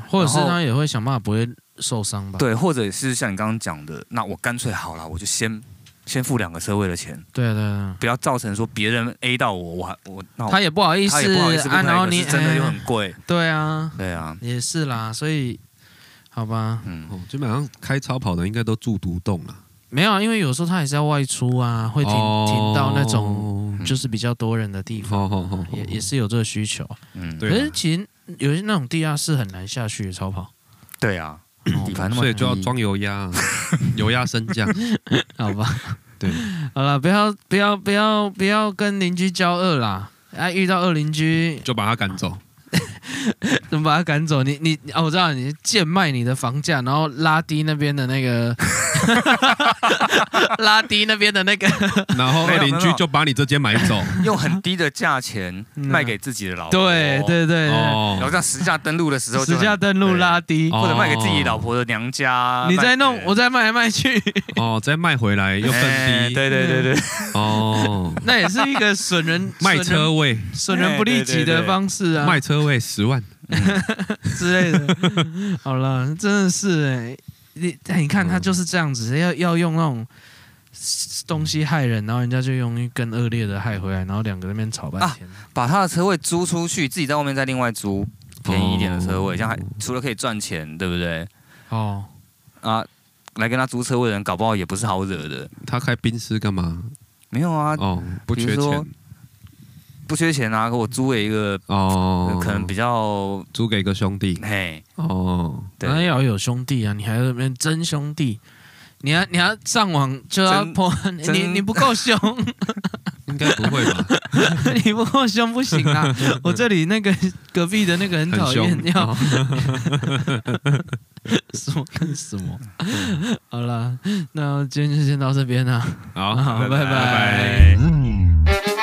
Speaker 1: 或者是
Speaker 2: 然后
Speaker 1: 他也会想办法不会受伤吧？
Speaker 2: 对，或者是像你刚刚讲的，那我干脆好了，我就先先付两个车位的钱，
Speaker 1: 对对对，
Speaker 2: 不要造成说别人 A 到我，我还我那我
Speaker 1: 他也不好意思
Speaker 2: 哦他也不好意思
Speaker 1: 啊，然
Speaker 2: 问他
Speaker 1: 后
Speaker 2: 一个
Speaker 1: 你
Speaker 2: 是真的又
Speaker 1: 哎
Speaker 2: 很贵，
Speaker 1: 对啊，
Speaker 2: 对啊，
Speaker 1: 也是啦，所以好吧，
Speaker 2: 嗯，
Speaker 3: 哦，基本上开超跑的应该都住独栋了，
Speaker 1: 没有，啊，因为有时候他也是要外出啊，会停、
Speaker 3: 哦
Speaker 1: 停到那种
Speaker 3: 嗯
Speaker 1: 就是比较多人的地方，
Speaker 3: 好好好，好
Speaker 1: 也也是有这个需求。
Speaker 2: 嗯，
Speaker 3: 对
Speaker 1: 可
Speaker 3: 啊
Speaker 1: 是其实有些那种地下室很难下去的超 跑，
Speaker 2: 对啊，
Speaker 1: 哦
Speaker 2: 底盘那么
Speaker 3: 所以
Speaker 2: 低
Speaker 3: 就要装油压啊，油压升降，
Speaker 1: 好吧？
Speaker 3: 对，
Speaker 1: 好了，不要不要不要不要跟邻居交恶啦。啊，遇到恶邻居
Speaker 3: 就把他赶走。
Speaker 1: 怎么把他赶走？你你哦，我知道你贱卖你的房价，然后拉低那边的那 个，拉低那边的那个，
Speaker 2: 哦
Speaker 3: 然后
Speaker 2: 没有
Speaker 3: 邻
Speaker 2: 没
Speaker 3: 居
Speaker 2: 有
Speaker 3: 就把你这间买走。
Speaker 2: 用很低的价钱
Speaker 1: 嗯
Speaker 2: 卖给自己的老婆，
Speaker 1: 对对对对，
Speaker 2: 然后
Speaker 3: 哦，
Speaker 2: 这样实价登录的时候就
Speaker 1: 实
Speaker 2: 很，
Speaker 1: 价登录
Speaker 2: 对
Speaker 1: 拉低，
Speaker 3: 哦
Speaker 2: 或者卖给自己老婆的娘家，
Speaker 1: 你再弄，
Speaker 2: 卖给
Speaker 1: 我再卖来卖去，
Speaker 3: 哦，再卖回来又更
Speaker 2: 哎
Speaker 3: 低。
Speaker 2: 对对
Speaker 1: 嗯
Speaker 2: 对对，
Speaker 3: 哦，
Speaker 1: 那也是一个损人
Speaker 3: 卖车位，
Speaker 1: 损人、损人不利己
Speaker 2: 哎对对
Speaker 1: 的
Speaker 2: 对
Speaker 1: 方式啊，
Speaker 3: 卖车位十万。
Speaker 1: 之类的。好了，真的是哎、你你看他就是这样子，要要用那种东西害人，然后人家就用更恶劣的害回来，然后两个在那边吵半天。
Speaker 2: 把他的车位租出去，自己在外面再另外租便宜一点的车位，
Speaker 3: 哦
Speaker 2: 这样还除了可以赚钱，对不对？
Speaker 1: 哦，
Speaker 2: 啊，来跟他租车位的人，搞不好也不是好惹的。
Speaker 3: 他开宾士干嘛？
Speaker 2: 没有啊，
Speaker 3: 哦，不缺
Speaker 2: 比如说
Speaker 3: 钱。
Speaker 2: 不缺钱啊，我租给一个
Speaker 3: 哦，
Speaker 2: 可能比较
Speaker 3: 租给一个兄弟。
Speaker 2: 嘿，
Speaker 3: 哦，
Speaker 2: 对
Speaker 1: 那要有兄弟啊，你还在那边真兄弟。你要你要上网就要
Speaker 2: 真
Speaker 1: 破，
Speaker 2: 真
Speaker 1: 你你不够凶，
Speaker 3: 应该不会吧？
Speaker 1: 你不够凶不行啊！我这里那个隔壁的那个很
Speaker 3: 很
Speaker 1: 讨厌
Speaker 3: 凶，。
Speaker 1: 要
Speaker 3: 哦
Speaker 1: 什么跟什么？好了，那今天就先到这边啦、好
Speaker 3: 好，
Speaker 1: 拜拜
Speaker 3: 拜。